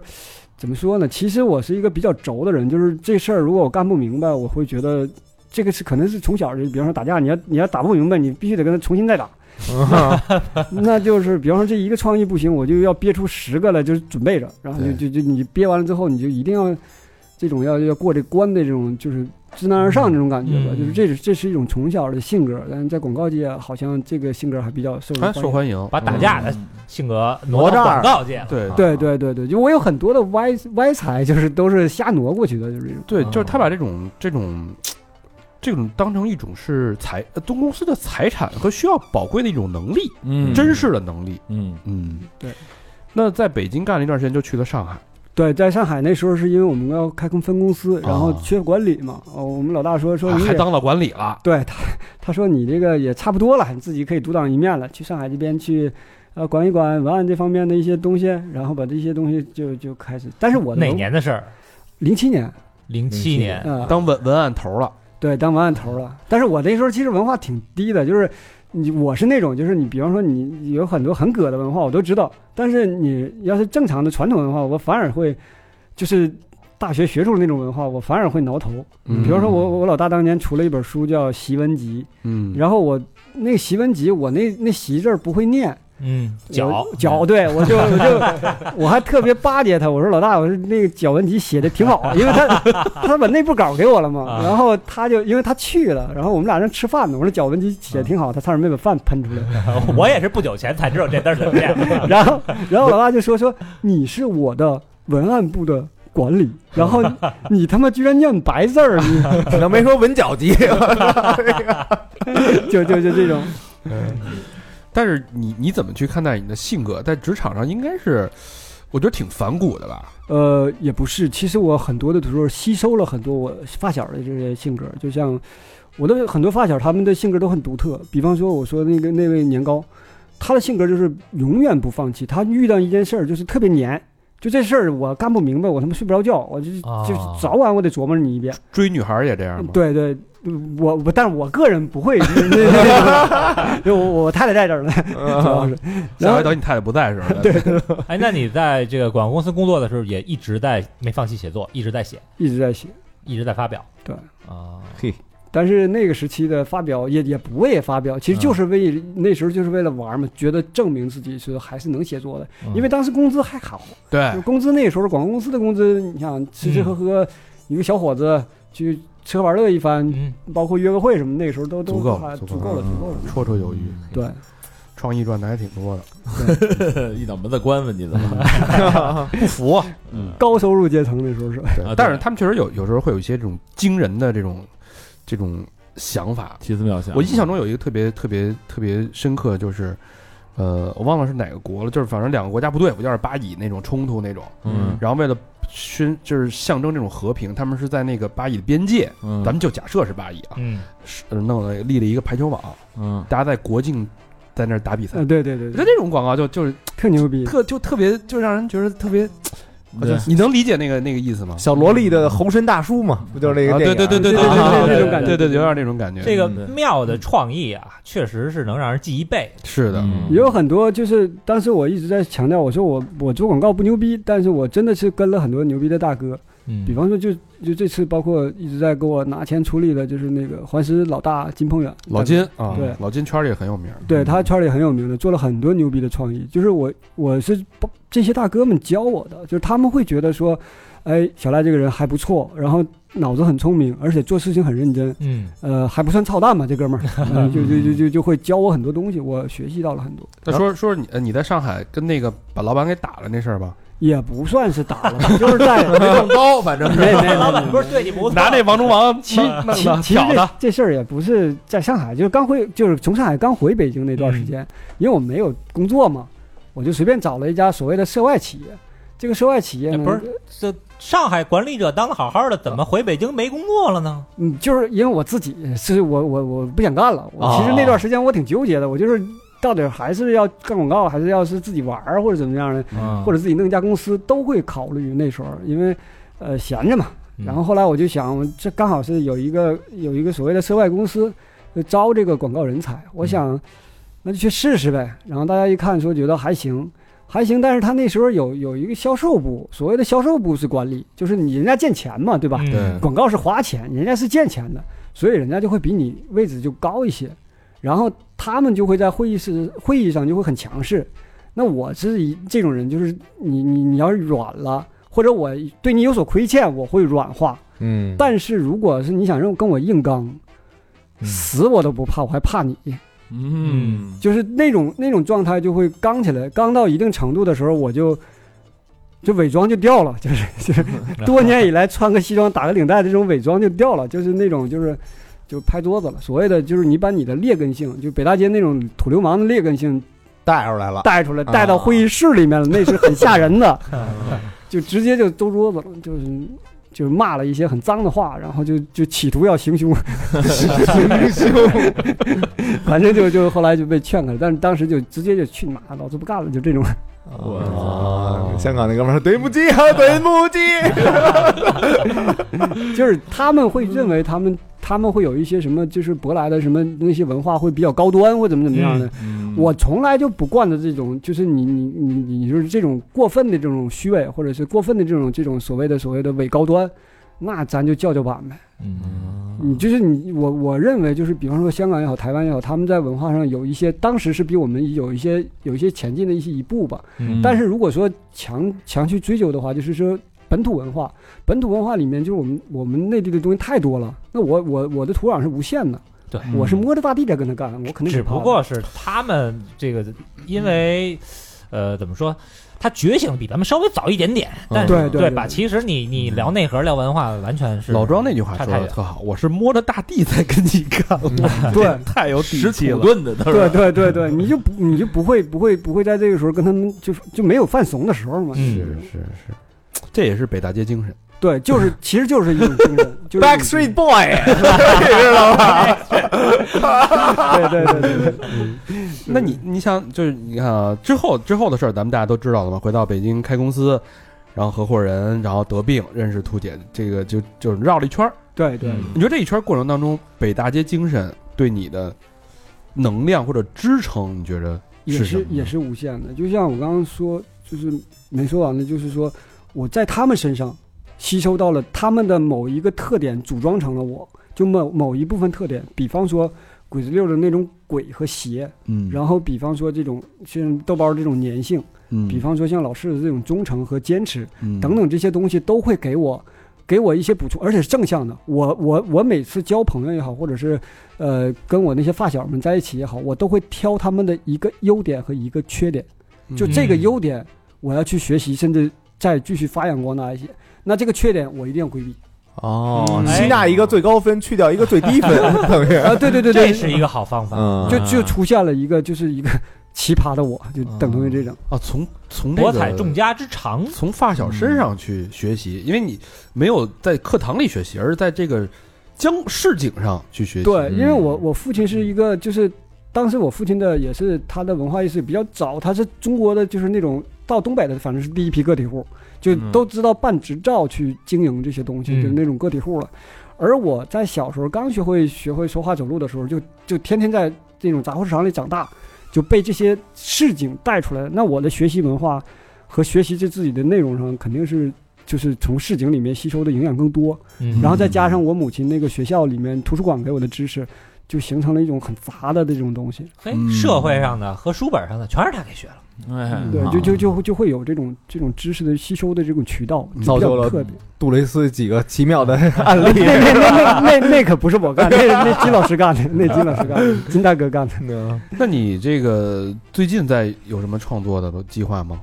怎么说呢？其实我是一个比较轴的人，就是这事儿如果我干不明白，我会觉得这个是可能是从小就，比方说打架，你要你要打不明白，你必须得跟他重新再打。 <laughs> 那就是比方说这一个创意不行，我就要憋出十个来，就是准备着，然后就就就你憋完了之后，你就一定要这种要要过这关的这种就是。知难而上这种感觉吧，嗯就是这是这是一种从小的性格，但是在广告界好像这个性格还比较嗯受人还欢哎受迎。欢迎，嗯把打架的性格挪挪这到儿广告界了，啊对对对对对，就我有很多的歪歪财，就是都是瞎挪过去的，就是这种。对，就是他把这种这种。这种当成一种是财，呃东公司的财产和需要宝贵的一种能力，嗯真实的能力。嗯嗯，对。那在北京干了一段时间，就去了上海。对，在上海那时候是因为我们要开分公啊司，然后缺管理嘛。哦，我们老大说说啊你还也，当了管理了。对他他说你这个也差不多了，你自己可以独当一面了，去上海这边去。呃，管一管文案这方面的一些东西，然后把这些东西就就开始。但是我哪？年的事儿？零七年，零七年啊、当文文案头了，对，当文案头了。但是我那时候其实文化挺低的，就是你我是那种，就是你比方说你有很多很葛的文化我都知道，但是你要是正常的传统文化，我反而会就是大学学术那种文化，我反而会挠头。嗯比方说我我老大当年出了一本书叫《习文集》，嗯，然后我那个《习文集》，我那那习字儿不会念，嗯，我脚脚，对我就我 <laughs> 就我还特别巴结他，我说老大，我说那个脚文集写的挺好，啊因为 <laughs> 他他把内部稿给我了嘛啊，然后他就因为他去了，然后我们俩人吃饭呢，我说脚文集写的挺好，他差点没把饭喷出来， <laughs> 呃我也是不久前才知道这字儿怎么念。然后然后老大就说说你是我的文案部的。管理，然后你你他妈居然念白字儿，你 <laughs> 可能没说文脚级，就就就这种，但是你你怎么去看待你的性格？在职场上应该是，我觉得挺反骨的吧？呃，也不是，其实我很多的时候吸收了很多我发小的这些性格，就像我的很多发小，他们的性格都很独特。比方说，我说那个那位年糕，他的性格就是永远不放弃，他遇到一件事儿就是特别黏。就这事儿我干不明白，我他妈睡不着觉，我就哦就是早晚我得琢磨你一遍。追女孩儿也这样吗？，对对，我我但是我个人不会，那那 <laughs> 那种我我太太在这儿呢， <laughs> 主要是。然下后回等你太太不在的时 <laughs> 候，对， <laughs> 哎，那你在这个广告公司工作的时候，也一直在没放弃写作，一直在写，一直在写，一直在发表。对啊，但是那个时期的发表也也不为发表，嗯其实就是为、那时候就是为了玩嘛，觉得证明自己是还是能写作的，嗯因为当时工资还好，就对，工资那时候广告公司的工资，你想吃吃喝嗯喝，一个小伙子去吃喝玩乐一番，嗯，包括约个会什么，那时候都都足够还了，足够了，足够了嗯，绰绰有余。对。创意赚的还挺多的， <laughs> <laughs> 一脑门子官问你怎么？不服。嗯，高收入阶层那 <laughs> 时候是，啊对但是他们确实有有时候会有一些这种惊人的这种这种想法。奇思妙想。我印象中有一个特别特别特别深刻，就是，呃，我忘了是哪个国了，就是反正两个国家不对付，就是巴以那种冲突那种。嗯，然后为了宣就是象征这种和平，他们是在那个巴以的边界，嗯，咱们就假设是巴以啊，嗯，是呃弄了立了一个排球网，嗯大家在国境在那儿打比赛呃，。对对对我觉对得，这种广告就就是特牛逼，特就特别就让人觉得特别，对你能理解那个那个意思吗？小萝莉的猴身大叔嘛，不就是那啊个对电对影对对对对对对对这种感觉对对对有点那种感觉。这个嗯妙的创意啊，确实是能让人记一辈子。是的，嗯也有很多，就是当时我一直在强调，我说我我做广告不牛逼，但是我真的是跟了很多牛逼的大哥，嗯比方说就，就这次，包括一直在给我拿钱出力的，就是那个环石老大金鹏远，老金啊对，老金圈里也很有名。对他圈里很有名的，做了很多牛逼的创意。就是我，我是帮这些大哥们教我的，就是他们会觉得说，哎，小赖这个人还不错，然后脑子很聪明，而且做事情很认真，嗯，呃，还不算操蛋吧，这 <laughs> 哥们儿，呃就就就就就会教我很多东西，我学习到了很多，那说说说你呃你在上海跟那个把老板给打了那事儿吧，也不算是打了吧，就是在没更高，反正 <laughs> 没没没老没板不是对你不错，拿那王中王其嗯其其实挑这的，这事儿也不是在上海，就是刚回，就是从上海刚回北京那段时嗯间，因为我没有工作嘛，我就随便找了一家所谓的涉外企业。这个涉外企业哎呢，不是这上海管理者当的好好的，怎么回北京没工作了呢？嗯，就是因为我自己是我我我不想干了。我哦其实那段时间我挺纠结的，我就是到底还是要干广告，还是要是自己玩儿或者怎么样的，嗯或者自己弄一家公司，都会考虑那时候，因为呃闲着嘛。嗯然后后来我就想，这刚好是有一个有一个所谓的涉外公司就招这个广告人才，我想那就去试试呗。然后大家一看说觉得还行，还行，但是他那时候有有一个销售部，所谓的销售部是管理，就是你人家见钱嘛，对吧？嗯对广告是花钱，人家是见钱的，所以人家就会比你位置就高一些，然后他们就会在会议室会议上就会很强势。那我是一这种人，就是你你你要是软了，或者我对你有所亏欠，我会软化。嗯但是如果是你想让我跟我硬刚，嗯死我都不怕，我还怕你。嗯就是那种那种状态就会刚起来，刚到一定程度的时候，我就就伪装就掉了，就是就是 <laughs> <laughs> 多年以来穿个西装打个领带这种伪装就掉了，就是那种就是就拍桌子了。所谓的就是你把你的劣根性，就北大街那种土流氓的劣根性带出来了，带出来，啊嗯带到会议室里面了，那是很吓人 <laughs> 的，就直接就周桌子了，就是。就骂了一些很脏的话，然后就就企图要行凶， <laughs> <laughs> 反正就就后来就被劝开了，但是当时就直接就去你妈，老子不干了，就这种。啊，香港那哥们儿说对不起啊，对不起，就是他们会认为他们他们会有一些什么，就是舶来的什么那些文化会比较高端或怎么怎么样嗯的。我从来就不惯着这种，就是你你你你就是这种过分的这种虚伪，或者是过分的这种这种所谓的所谓的伪高端。那咱就叫叫板呗。嗯你就是你，我我认为就是，比方说香港也好，台湾也好，他们在文化上有一些，当时是比我们有一些有一些前进的一些一步吧。嗯但是如果说强强去追究的话，就是说本土文化，本土文化里面就是我们我们内地的东西太多了。那我我我的土壤是无限的，对嗯我是摸着大地在跟他干，我肯定嗯只是怕的不过是他们这个，因为呃，怎么说，他觉醒比咱们稍微早一点点，但是对对对吧？对其实你你聊内核、聊文化，完全是嗯老庄那句话差说太的远。特好，我是摸着大地在跟你干，我 <laughs> 对太有底使气土了。遁的，他对说对对对，你就不你就不会不会不会在这个时候跟他们就是就没有犯怂的时候嘛。嗯，是是是，这也是北大街精神。对，就是其实就是一种 <laughs> 精神，就是 Backstreet Boy，对对对对对， <laughs> 那你你想就是你看啊，之后之后的事儿咱们大家都知道了嘛。回到北京开公司，然后合伙人，然后得病，认识兔姐，这个就就是绕了一圈儿。对对，你觉得这一圈儿过程当中，北大街精神对你的能量或者支撑，你觉得也什是么也是无限的。就像我刚刚说，就是没说完的，就是说我在他们身上吸收到了他们的某一个特点，组装成了我就某某一部分特点，比方说鬼子六的那种鬼和邪，嗯然后比方说这种像豆包这种粘性，嗯比方说像老师的这种忠诚和坚持，嗯等等这些东西都会给我给我一些补充，而且是正向的。我我我每次交朋友也好，或者是呃跟我那些发小们在一起也好，我都会挑他们的一个优点和一个缺点，嗯就这个优点我要去学习，甚至再继续发扬光大一些。那这个缺点我一定要规避哦嗯吸纳一个最高分，去掉一个最低分，等于 <laughs> 啊！对对对这对，是一个好方法。嗯就就出现了一个就是一个奇葩的我，就等同于这种。啊，从从这博个采众家之长，从发小身上去学习，因为你没有在课堂里学习，而是在这个江市井上去学习。对，因为我嗯我父亲是一个就是。当时我父亲的也是他的文化意识比较早，他是中国的就是那种到东北的，反正是第一批个体户，就嗯都知道办执照去经营这些东西，嗯就是那种个体户了。而我在小时候刚学会学会说话走路的时候，就就天天在这种杂货市场里长大，就被这些市井带出来的。那我的学习文化和学习这自己的内容上，肯定是就是从市井里面吸收的营养更多。嗯然后再加上我母亲那个学校里面图书馆给我的知识，就形成了一种很杂的这种东西。嘿嗯，社会上的和书本上的全是他给学了。哎嗯对，好就就就会就会有这种这种知识的吸收的这种渠道，就造比就较了特别。杜蕾斯几个奇妙的 <laughs> 案 <laughs> 例。那那那那那那可不是我干的，那那金老师干的，那金老师干的，金大哥干的。那你这个最近在有什么创作的计划吗？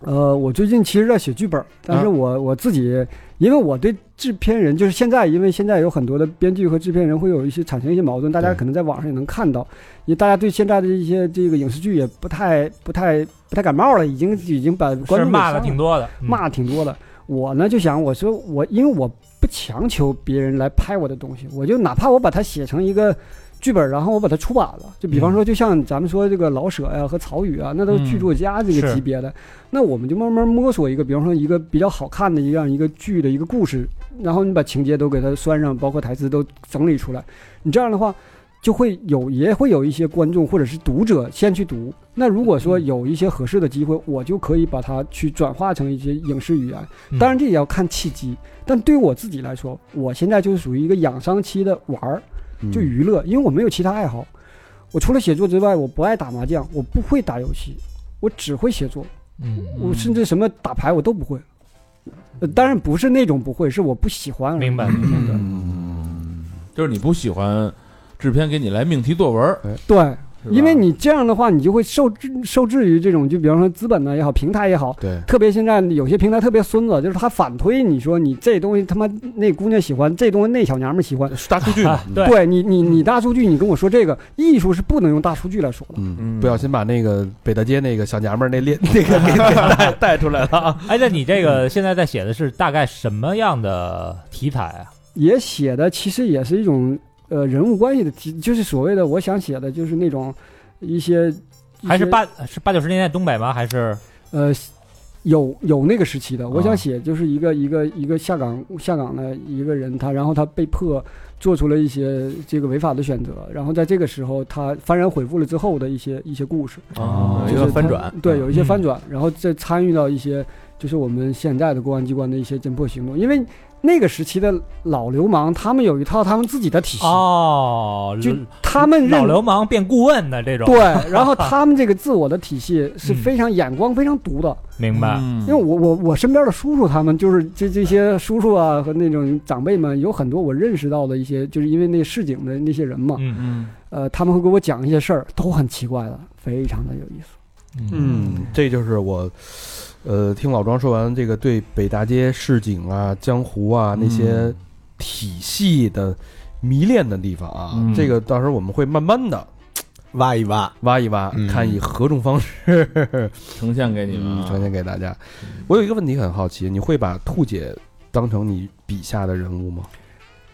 呃，我最近其实在写剧本，但是啊我我自己，因为我对制片人，就是现在，因为现在有很多的编剧和制片人会有一些产生一些矛盾，大家对可能在网上也能看到，因为大家对现在的一些这个影视剧也不太不太不太感冒了，已经已经把观是众骂的挺多的，嗯骂挺多的。我呢就想，我说我因为我不强求别人来拍我的东西，我就哪怕我把它写成一个剧本，然后我把它出版了，就比方说，就像咱们说这个老舍呀、和曹禺啊，那都是嗯剧作家这个是级别的，那我们就慢慢摸索一个，比方说一个比较好看的一样一个剧的一个故事，然后你把情节都给它拴上，包括台词都整理出来，你这样的话。就会有也会有一些观众或者是读者先去读。那如果嗯说有一些合适的机会，我就可以把它去转化成一些影视语言。嗯当然这也要看契机。但对于我自己来说，我现在就是属于一个养伤期的玩儿，嗯就娱乐，因为我没有其他爱好。我除了写作之外，我不爱打麻将，我不会打游戏，我只会写作。嗯我甚至什么打牌我都不会。呃，当然不是那种不会，是我不喜欢。嗯明白。明白对就是你不喜欢制片给你来命题作文儿，对，是吧因为你这样的话，你就会受制受制于这种，就比方说资本呢也好，平台也好，对，特别现在有些平台特别孙子，就是他反推你说你这东西他妈那姑娘喜欢，这东西那小娘们儿喜欢。大数据嘛，嗯对对你，你你大数据，你跟我说这个艺术是不能用大数据来说的。嗯，嗯不小心把那个北大街那个小娘们儿那列那个给给带带出来了啊。哎，那你这个现在在写的是大概什么样的题材啊？也写的其实也是一种呃人物关系的题，就是所谓的我想写的就是那种一些一还是些八是八九十年代东北吗？还是呃，有有那个时期的，我啊想写就是一个一个一个下岗下岗的一个人，他然后他被迫做出了一些这个违法的选择，然后在这个时候他幡然悔悟了之后的一些一些故事，哦就一啊个是他翻转，对，有一些翻嗯转，然后再参与到一些就是我们现在的公安机关的一些侦破行动，因为那个时期的老流氓，他们有一套他们自己的体系，哦，就他们认老流氓变顾问的这种， <laughs> 对，然后他们这个自我的体系嗯是非常眼光非常毒的，明白？嗯因为我我我身边的叔叔他们就是这这些叔叔啊和那种长辈们有很多我认识到的一些，就是因为那市井的那些人嘛，嗯，嗯呃，他们会给我讲一些事儿，都很奇怪的，非常的有意思。嗯，这就是我，呃，听老庄说完这个对北大街市井啊、江湖啊那些嗯体系的迷恋的地方啊，嗯这个到时候我们会慢慢的挖一挖，挖一挖，嗯看以何种方式呈现给你们啊呈嗯现给大家。我有一个问题很好奇，你会把兔姐当成你笔下的人物 <laughs> 吗？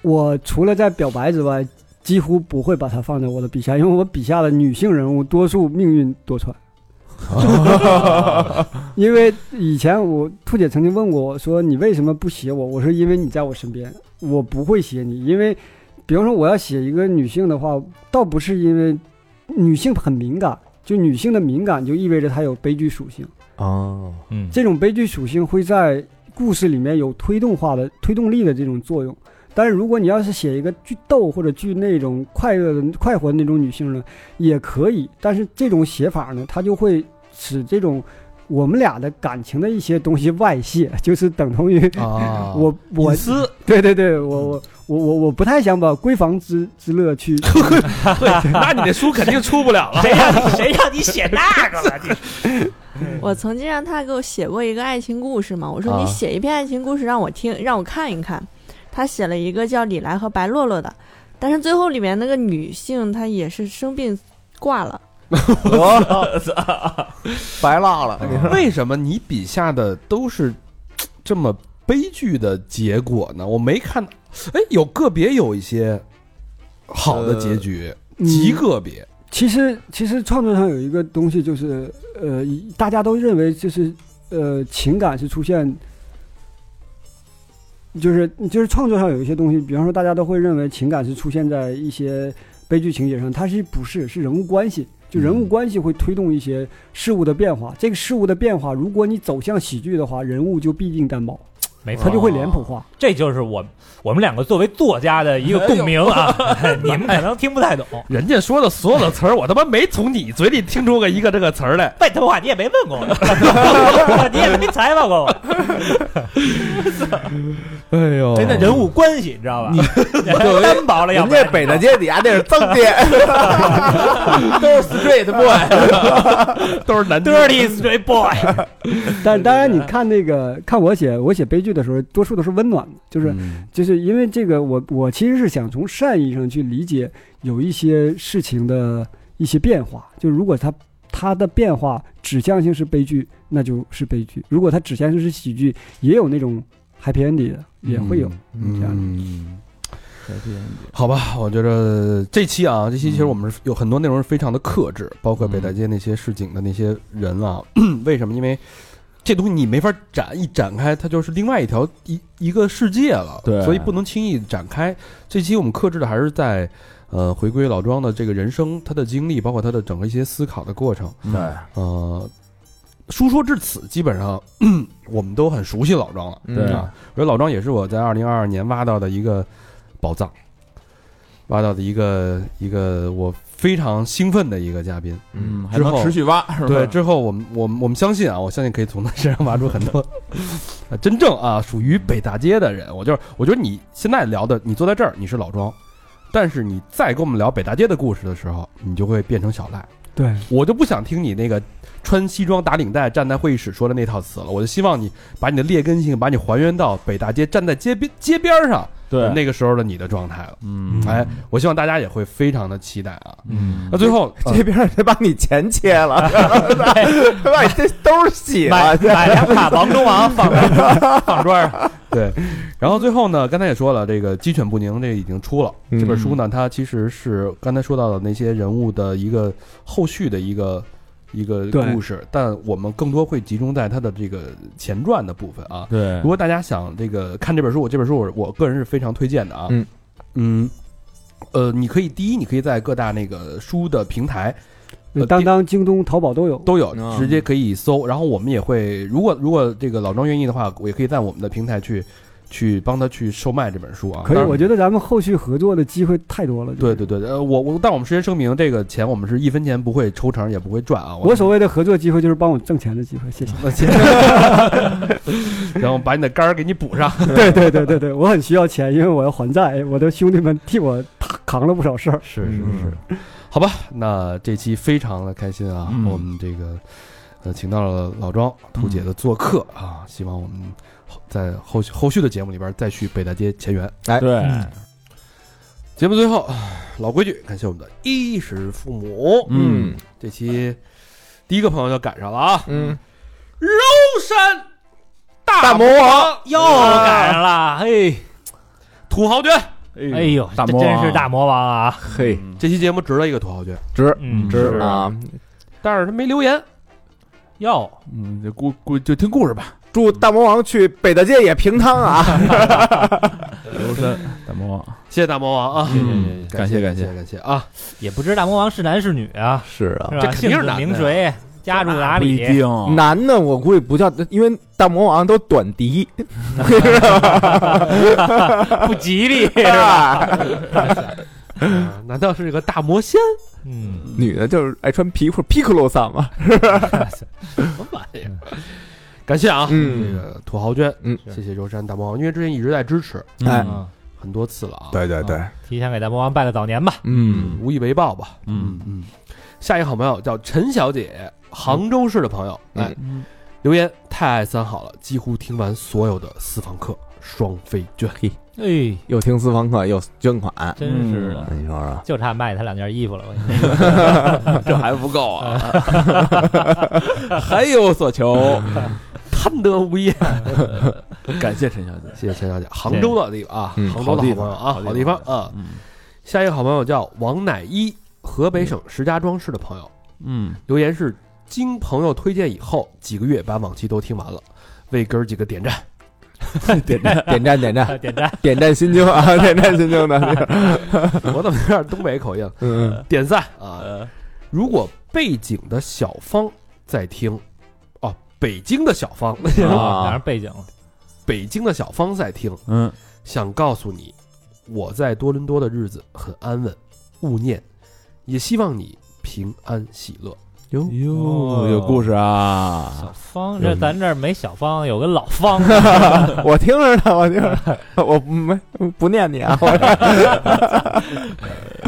我除了在表白之外，几乎不会把它放在我的笔下，因为我笔下的女性人物多数命运多舛。因为以前我兔姐曾经问过我说：“你为什么不写我？”我说：“因为你在我身边，我不会写你。因为，比如说我要写一个女性的话，倒不是因为女性很敏感，就女性的敏感就意味着她有悲剧属性。哦，嗯，这种悲剧属性会在故事里面有推动化的推动力的这种作用。但是如果你要是写一个剧斗或者剧那种快乐的快活的那种女性呢，也可以。但是这种写法呢，它就会使这种我们俩的感情的一些东西外泄， <laughs> 就是等同于啊嗯我我隐私对对对，我我我我我不太想把闺房之之乐去那你这书肯定出不了 <laughs> 了。谁让你谁让你写那个了？你我曾经让他给我写过一个爱情故事嘛，我说啊你写一篇爱情故事让我听，让我看一看。他写了一个叫李来和白洛洛的，但是最后里面那个女性她也是生病挂了。哦白落了，你说为什么你笔下的都是这么悲剧的结果呢？我没看，哎，有个别有一些好的结局，<laughs> 嗯极个别。其实，其实创作上有一个东西，就是呃，一大家都认为就是呃，情感是出现，就是就是创作上有一些东西，比方说大家都会认为情感是出现在一些悲剧情节上，它是不是是人物关系？就人物关系会推动一些事物的变化，这个事物的变化，如果你走向喜剧的话，人物就必定单薄，没它错，就会脸谱化。这就是我我们两个作为作家的一个共鸣 <laughs> 啊，你们可能听不太懂。人家说的所有的词儿，我他妈没从你嘴里听出个一个这个词儿来。拜托话啊你也没问过我， <laughs> 你也没采访过我。哎呦哎，那人物关系你知道 <laughs> 吧？单薄了，要人不然家北大街底下那是脏 <laughs> 街，都是 street boy， <laughs> 都是男的。 dirty street <laughs> boy，但当然，你看那个看我写我写悲剧的时候，多数都是温暖的，就是嗯就是因为这个，我我其实是想从善意上去理解有一些事情的一些变化。就如果它它的变化指向性是悲剧，那就是悲剧；如果它指向性是喜剧，也有那种 happy ending 的，也会有。这样嗯，好吧，我觉得这期啊，这期其实我们是有很多内容是非常的克制，包括北大街那些市井的那些人啊， <clears throat> 为什么？因为这东西你没法展一展开，它就是另外一条一一个世界了，对所以不能轻易展开。这期我们克制的还是在呃回归老庄的这个人生，他的经历，包括他的整个一些思考的过程。对，呃，书说至此，基本上 <clears throat> 我们都很熟悉老庄了。对嗯啊，我觉得老庄也是我在二零二二年挖到的一个宝藏，挖到的一个一个我非常兴奋的一个嘉宾。嗯，还之后能持续挖是吧？对，之后我们我们我们相信啊，我相信可以从他身上挖出很多 <laughs> 呃真正啊属于北大街的人。我就是我觉得你现在聊的，你坐在这儿你是老庄，但是你再跟我们聊北大街的故事的时候，你就会变成小赖。对，我就不想听你那个穿西装打领带站在会议室说的那套词了，我就希望你把你的劣根性把你还原到北大街站在街边街边上对，那个时候的你的状态了。嗯哎，我希望大家也会非常的期待啊。嗯那最后，呃这边儿得把你钱切了，他 <laughs> 把你这兜儿洗了买，买两卡王中王放 <laughs> 在放桌上。 <laughs> 对，然后最后呢，刚才也说了，这个鸡犬不宁这个已经出了，嗯这本书呢，它其实是刚才说到的那些人物的一个后续的一个一个对故事，但我们更多会集中在它的这个前传的部分啊。对嗯如，果大家想这个看这本书，我这本书我我个人是非常推荐的啊。嗯嗯呃，你可以第一，你可以在各大那个书的平台就呃当第当、京东、淘宝都有。都有嗯，直接可以搜。然后我们也会，如果如果这个老张愿意的话，我也可以在我们的平台去去帮他去售卖这本书啊。可以，当然我觉得咱们后续合作的机会太多了。就是对对对，呃，我我，但我们事先声明，这个钱我们是一分钱不会抽成，也不会赚啊。我所谓的合作机会就是帮我挣钱的机会，谢 <laughs> 谢。那钱， <laughs> 然后把你的杆儿给你补上。对对对对对，我很需要钱，因为我要还债，我的兄弟们替我扛了不少事儿。是嗯是是，好吧，那这期非常的开心啊，嗯我们这个呃，请到了老庄图姐的做客啊，希望我们后在后续后续的节目里边再续北大街前缘。对，节目最后老规矩，感谢我们的衣食父母。嗯，这期第一个朋友就赶上了啊，嗯，巫山大魔王又赶上啊了，嘿，土豪捐，哎呦，大这魔王真是大魔王啊！嘿，这期节目值了一个土豪捐，值嗯，值啊！但是他没留言，哟，嗯，就故故就听故事吧。祝大魔王去北大街也平摊啊！刘三大魔王谢谢大魔王啊，嗯感感感谢谢感谢啊，也不知大魔王是男是女啊，是啊，是吧？这肯定是姓男字的呀名谁，家住哪不一里？定， <laughs> 男的我估计不叫，因为大魔王都短 <laughs> 笛，不吉利。是吧？ <laughs> 啊难道是个大魔仙？嗯，女的就是爱穿皮裤，Piccolo 桑啊嘛。什么玩意儿？哎感谢啊，这嗯个土豪捐，嗯谢谢周山大魔王，因为之前一直在支持哎嗯很多次了啊，，对对对，提前给大魔王拜个早年吧。嗯，无以为报吧，嗯嗯。下一个好朋友叫陈小姐，杭州市的朋友，嗯哎，留言太爱三好了，几乎听完所有的私房课，双飞卷，哎，又听私房课又捐款，真是的，哎你说说，就差卖他两件衣服了。我跟你这还不够啊，还有所求。贪得无厌。嗯感谢陈小姐。谢谢陈小姐，杭州的地方啊，嗯杭州的好朋友啊，好好地地方方啊。嗯下一个好朋友叫王乃一，河北省石家庄市的朋友，嗯，留言是经朋友推荐以后，几个月把往期都听完了，为哥儿几个点赞。哎点赞点赞点赞说 <laughs> 点赞，点赞心经啊， <laughs> 点赞心经的，我怎么有点东北口音？ <laughs> 嗯，点赞 <laughs> 啊！如果背景的小芳在听，哦，北京的小芳，啊哪是背景了？ <laughs> 北京的小芳在听，嗯，想告诉你，我在多伦多的日子很安稳，勿念，也希望你平安喜乐。哟哟，有故事啊小，芳，这咱这儿没小芳，有个老芳。 <laughs> 我听着呢，我听着呢，我没不念 <laughs> 你啊，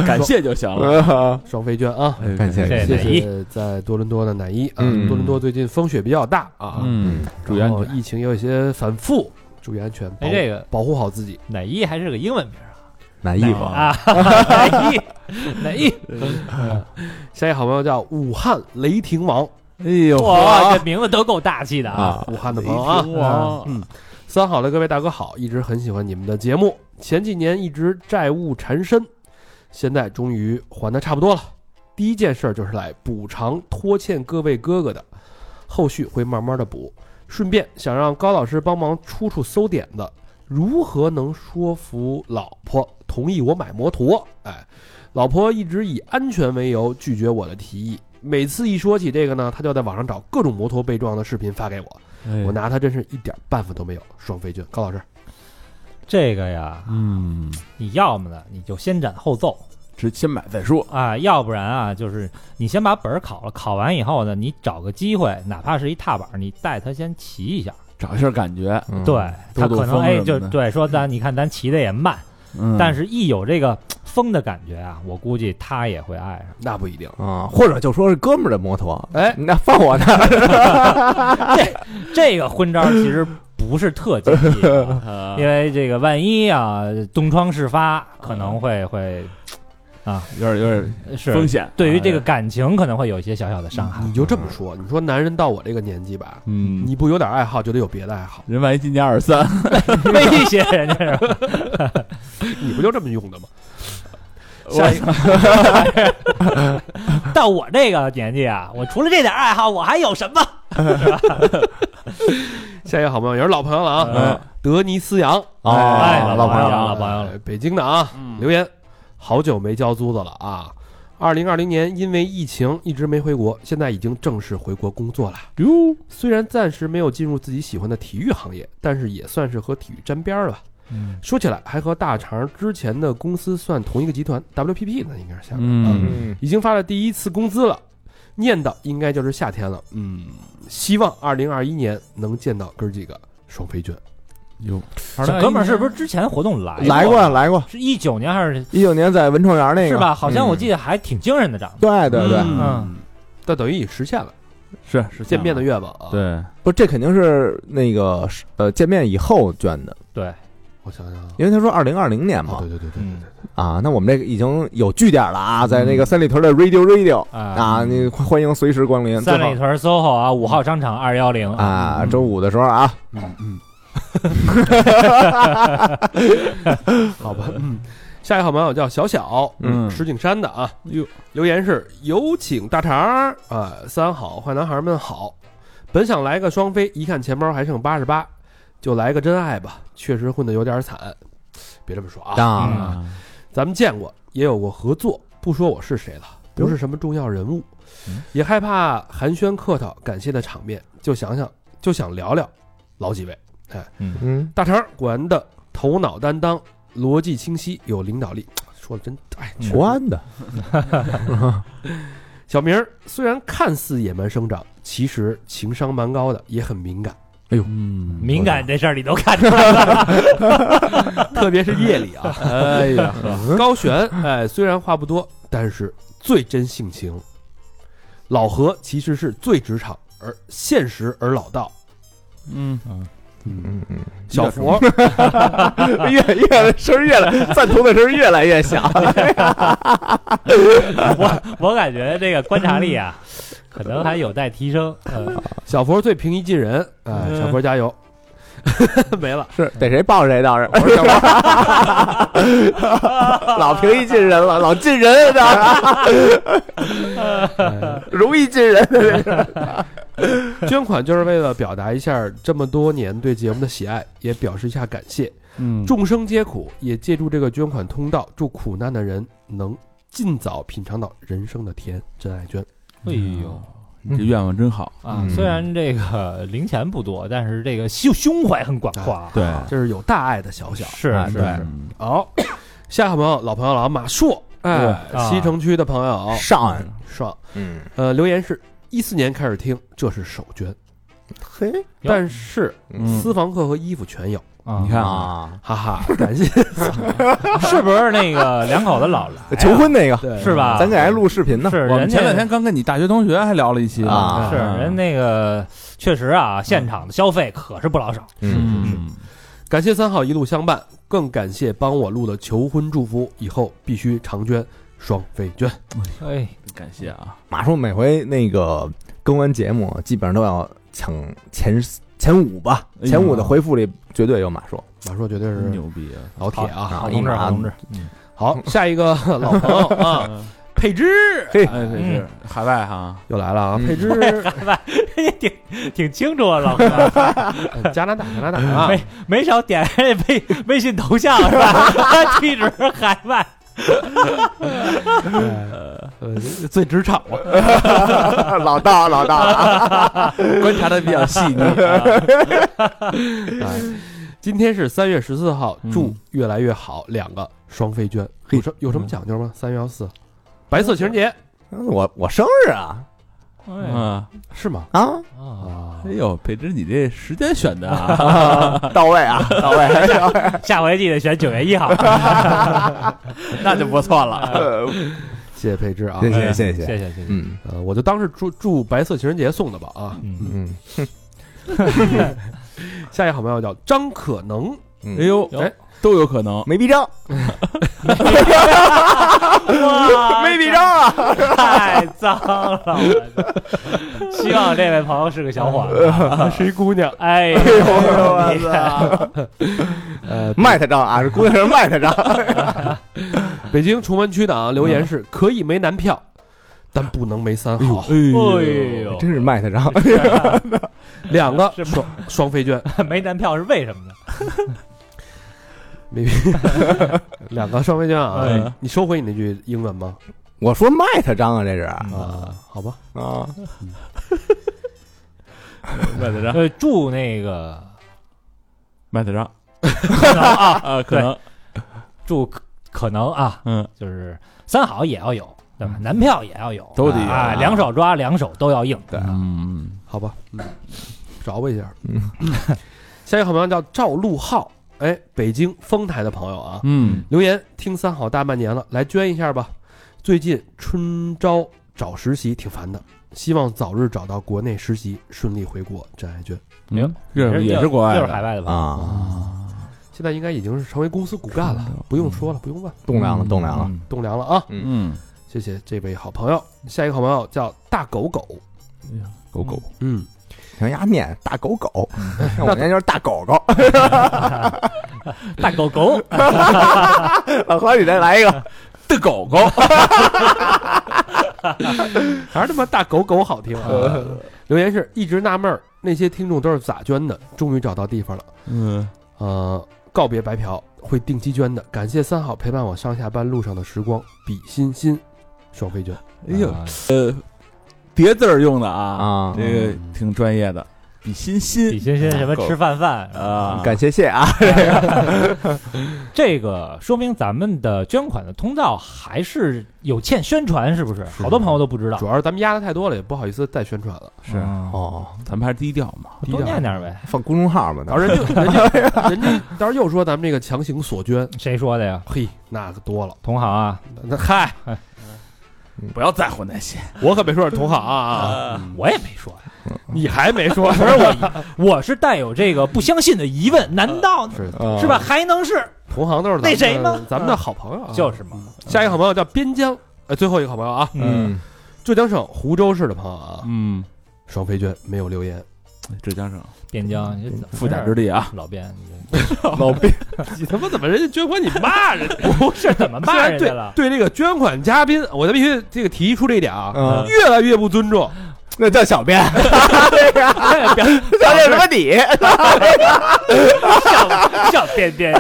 感谢就行了。 <laughs> 我双飞娟啊，哎感谢对谢乃一谢在多伦多的乃一啊，嗯多伦多最近风雪比较大啊，嗯，注意安然后全。疫情也有一些反复，注意安全，保哎，这个保护好自己。乃一还是个英文名啊拿衣服啊， <laughs> 乃一，乃一，下一个好朋友叫武汉雷霆王，哎呦，哇，这名字都够大气的啊！啊，武汉的朋友啊，哇，嗯，三好的各位大哥好，一直很喜欢你们的节目，前几年一直债务缠身，现在终于还的差不多了。第一件事儿就是来补偿拖欠各位哥哥的，后续会慢慢的补。顺便想让高老师帮忙出出馊点子，如何能说服老婆同意我买摩托？哎，老婆一直以安全为由拒绝我的提议，每次一说起这个呢，她就在网上找各种摩托被撞的视频发给我，哎我拿他真是一点办法都没有。双飞卷，高老师，这个呀，嗯，你要么呢，你就先斩后奏这先买再说。啊，要不然啊，就是你先把本儿考了，考完以后呢，你找个机会，哪怕是一踏板，你带他先骑一下。找一下感觉，嗯对兜他兜可能风哎，什就么的对说咱你看咱骑的也慢，嗯但是一有这个风的感觉啊，我估计他也会爱上。那不一定。啊，或者就说是哥们儿的摩托，哎，那放我那儿，这个昏招其实不是特建议呃啊，因为这个万一啊东窗事发，可能会会有点有点是嗯风险，啊对于这个感情可能会有一些小小的伤害嗯你。就这么说，你说男人到我这个年纪吧，嗯，你不有点爱好就得有别的爱好，人万一今年二十三，嗯 <laughs> 威胁人家是吧？你不就这么用的 <laughs> 吗？下一个到我这个年纪啊，我除了这点爱好，我还有什么？下一个好朋友也是老朋友了啊，德尼斯杨，嗯哦哎，老老朋朋友友了，了嗯老朋友了。哎北京的啊，留言，好久没交租子了啊。二零二零年因为疫情一直没回国，现在已经正式回国工作了。哟，虽然暂时没有进入自己喜欢的体育行业，但是也算是和体育沾边儿了吧。嗯，说起来，还和大肠之前的公司算同一个集团，WPP 呢，应该是下面、嗯，嗯，已经发了第一次工资了。念叨应该就是夏天了，嗯，希望二零二一年能见到哥儿几个双飞卷。有小哥们儿是不是之前活动来来过过？啊来过，是一九年还是一九年在文创园那个哎是吧？好像我记得，得还挺精神的，长得。对对对，嗯，但等于也实现了是是见面的愿望啊。，嗯对，不，这肯定是那个呃见面以后捐的，对，我想想啊，因为他说二零二零年哦，嘛对对对对对嗯对，啊，那我们这个已经有据点了啊，在那个三里屯的 Radio Radio 啊啊，你欢迎随时光临，三最好里屯 SOHO 啊，五号商场二幺零啊，周五的时候啊，嗯嗯，好吧，嗯，下一个好朋友叫小小，嗯石景山的啊，哟，留言是有请大肠儿啊，三好坏男孩们好，本想来个双飞，一看钱包还剩八十八，就来个真爱吧，确实混得有点惨，别这么说啊，啊，啊咱们见过，也有过合作，不说我是谁了，不是什么重要人物，嗯也害怕寒暄客套，感谢的场面，就想想就想聊聊老几位。嗯，大肠儿果然的头脑担当，逻辑清晰，有领导力。说的真哎，确实国安的，小明儿虽然看似野蛮生长，其实情商蛮高的，也很敏感，嗯，敏感这事儿你都看出来了，特别是夜里啊。哎 <laughs> 呀， <laughs> 高璇哎，虽然话不多，但是最真性情。老何其实是最职场而现实而老道。嗯，嗯嗯，小佛啊越越声越来，赞同的声越来 <laughs> 越响，我我感觉这个观察力啊，可能还有待提升。 <laughs> 嗯小佛最平易近人，哎，小佛加 <laughs> 油！没了，是逮谁抱谁倒是， <laughs> 老平易近人了，老近人的，容易近人的，捐款就是为了表达一下这么多年对节目的喜爱，也表示一下感谢。嗯，众生皆苦，也借助这个捐款通道，祝苦难的人能尽早品尝到人生的甜。真爱捐，哎呦这愿望真好，啊嗯，虽然这个零钱不多，但是这个胸胸怀很广阔啊。对，这是有大爱的小小。是啊是对是嗯 <coughs> 好、下一个朋友，老朋友了啊，马硕，哎，对啊西城区的朋友，上岸，爽。嗯，呃，留言是一四年开始听，这是首捐，嘿，哟但是嗯私房课和衣服全有，啊你看啊，哈哈，感谢。 <laughs> 是不是那个两口子老来啊求婚那个，对是哎吧？咱给还录视频呢，是我人们家前两天刚跟你大学同学还聊了一期呢啊是人，那个确实啊，现场的消费可是不老少。嗯，感谢三好一路相伴，更感谢帮我录的求婚祝福，以后必须常捐，双飞捐。哎，感谢啊，马叔每回那个更完节目，基本上都要抢前前五吧，哎呦前五的回复里绝对有马叔马硕绝对真是牛逼啊，老铁啊！嗯好同志，好同志，好，下一个老朋友啊，佩芝嘿嗯哎，这是海外 <laughs> 哈，又来了啊！嗯佩 <laughs> 芝，也挺挺清楚啊，老哥，呃 <laughs> 加拿大，加拿大啊！没没少点开微 <laughs> 微信头像是吧？ <laughs> 地址海外，呃最职场了，老大老大，观察的比 <laughs> 较细腻，哎今天是三月十四号，嗯祝越来越好，两个双飞捐。有什有什么讲究吗？三月幺四，白色情人节我我生日啊 <laughs> 嗯，是吗？啊，啊，啊哎，呦，培芝，你这时间选的啊，到位啊到位，哎下回记得选九月一号。 <laughs> 那就不错了，谢谢佩芝啊！谢谢谢哎谢谢，谢谢谢，嗯呃，我就当是祝祝白色情人节送的吧啊！嗯，嗯下一个好朋友叫张可能，嗯，哎呦，有哎，都有可能，没必张，哇， <laughs> 没必张啊，太脏了！我操希望这位朋友是个小伙子。是一姑娘，哎呦，哎我操，呃，卖他张啊，是姑娘是卖他张，北京崇文区的啊，留言是可以没男票，但不能没三好，哎呦，真是卖他张， <laughs> 两个是双双飞捐，没男票是为什么呢？没两个双飞捐啊 <laughs> 哎！啊哎你收回你那句英文吗？我说卖他张啊，这是啊啊，好吧，麦子章，呃，祝那个麦子章可能 <laughs> 啊， <laughs> 啊，可能祝可可能啊，嗯，就是三好也要有，对嗯吧？男票也要有，都得有啊，两手抓，两手都要硬。对嗯，好吧， <laughs> 嗯，找我一下。嗯， <laughs> 下一个好朋友叫赵陆浩，哎，北京丰台的朋友啊，嗯，留言听三好大半年了，来捐一下吧。最近春招找实习挺烦的，希望早日找到国内实习，顺利回国。真爱捐，没有这嗯也是国外就是的海外的吧？啊，现在应该已经是成为公司骨干嗯了，不用说了，不用问，栋梁了，栋梁了，，栋梁了啊！嗯，谢谢这位好朋友。下一个好朋友叫大狗狗，狗狗，嗯，让丫念大狗狗，像 <laughs> 我那就是大狗狗。 <laughs> 大狗狗， <laughs> 老何，你再来一个，的狗狗，还是他妈大狗狗好听、啊。留言是一直纳闷儿，那些听众都是咋捐的？终于找到地方了。嗯，呃，告别白嫖，会定期捐的。感谢三好陪伴我上下班路上的时光，比心心，双飞捐。哎呦，呃，叠字儿用的啊，啊这个挺专业的，比心李心欣欣什么吃饭饭啊，感谢谢啊，这个说明咱们的捐款的通道还是有欠宣传，是不是？是好多朋友都不知道主，要是咱们压的太多了，也不好意思再宣传了。是，啊哦，咱们还是低调嘛，低多调念点呗。放公众号嘛，到时候人家人家人家到时候又说咱们这个强行锁捐，谁说的呀？嘿，那个多了。同行啊，那嗨，嗯不要在乎那些，我可没说是同行啊啊，嗯我也没说呀，你还没说，不是我，我是带有这个不相信的疑问，难道是的候是吧？？还能是同行都是咱们的那谁吗咱们的好朋友啊，就是嘛？下一个好朋友叫边疆，呃，最后一个好朋友啊，嗯，浙江省湖州市的朋友啊，嗯，双飞娟没有留言，浙江省边疆你这怎么富甲之地啊，老边，你这老毕，你他妈怎么人家捐款你骂人？ <laughs> 不 <laughs> 是怎么骂人家了？对这个捐款嘉宾，我必须这个提出这一点啊，嗯，越来越不尊重。那叫小编，表叫嗯这什么底？笑笑边边，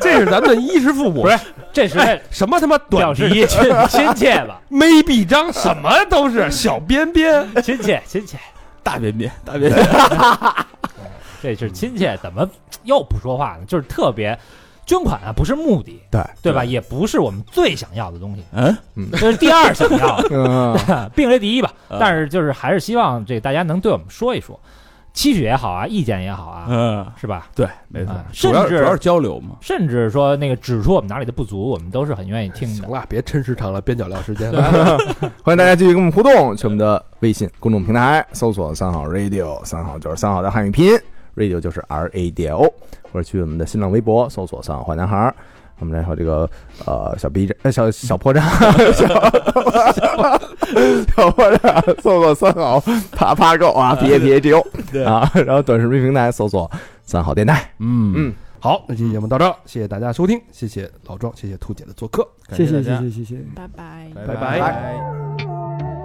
这是咱们的衣食父母，不是这是在什么他妈短表示笛、亲亲切吧？没臂章，什么都嗯是小边边。亲切亲切，大便便，大便便，这是亲切，怎么又不说话呢？就是特别。捐款啊，不是目的，对对吧？也不是我们最想要的东西，嗯，这是第二想要的，嗯，并列第一吧。嗯但是就是还是希望这大家能对我们说一说，期许也好啊，意见也好啊，嗯，是吧？对，没错啊，主要甚至主要是交流嘛，甚至说那个指出我们哪里的不足，我们都是很愿意听行的。了，别抻时长了，边角料时间了。 <laughs> 欢迎大家继续跟我们互动，去我们的微信公众平台搜索“三好 radio”，三好就是三好的汉语拼音，radio 就是 R A D I O，或者去我们的新浪微博搜索“三好坏男孩儿”。我们来说这个呃小 B 站呃小小破站 <laughs> 小小破站搜索三好啪啪购啊 P A P A G O 啊，然后短视频平台搜索三好电台，嗯嗯好，那期节目到这儿，谢谢大家收听，谢谢老庄，谢谢兔姐的做客。感谢大谢家谢谢谢谢。拜拜拜拜拜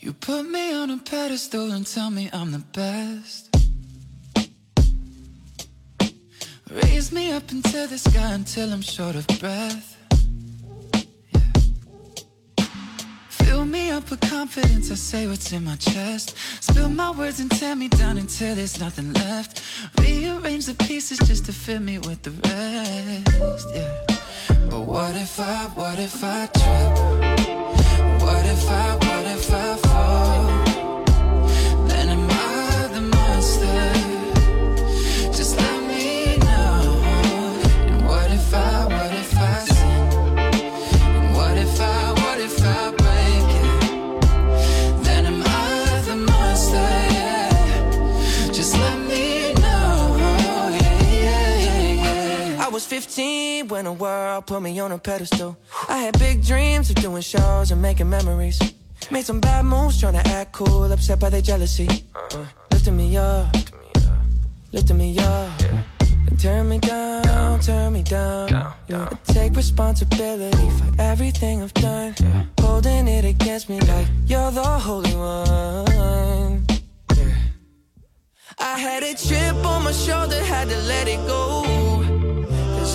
You put me on a pedestal and tell me I'm the best. Raise me up into the sky until I'm short of breath. Yeah. Fill me up with confidence, I say what's in my chest. Spill my words and tear me down until there's nothing left. Rearrange the pieces just to fill me with the rest. Yeah. But what if I, what if I trip? What if I, what if I fall? Then am I the monster? Just let me know. And what if I, what if I sin? And what if I, what if I break it? Then am I the monster? Yeah. Just let me know. Yeah, yeah, yeah, yeah. I was 15 when the world put me on a pedestal. I had big dreams of doing shows and making memories. Made some bad moves trying to act cool, upset by their jealousy. Uh, lifting me up, lifting me up. And turn me down, turn me down. Yeah, I take responsibility for everything I've done. Holding it against me like you're the holy one. Yeah. had a chip on my shoulder, had to let it go. Cause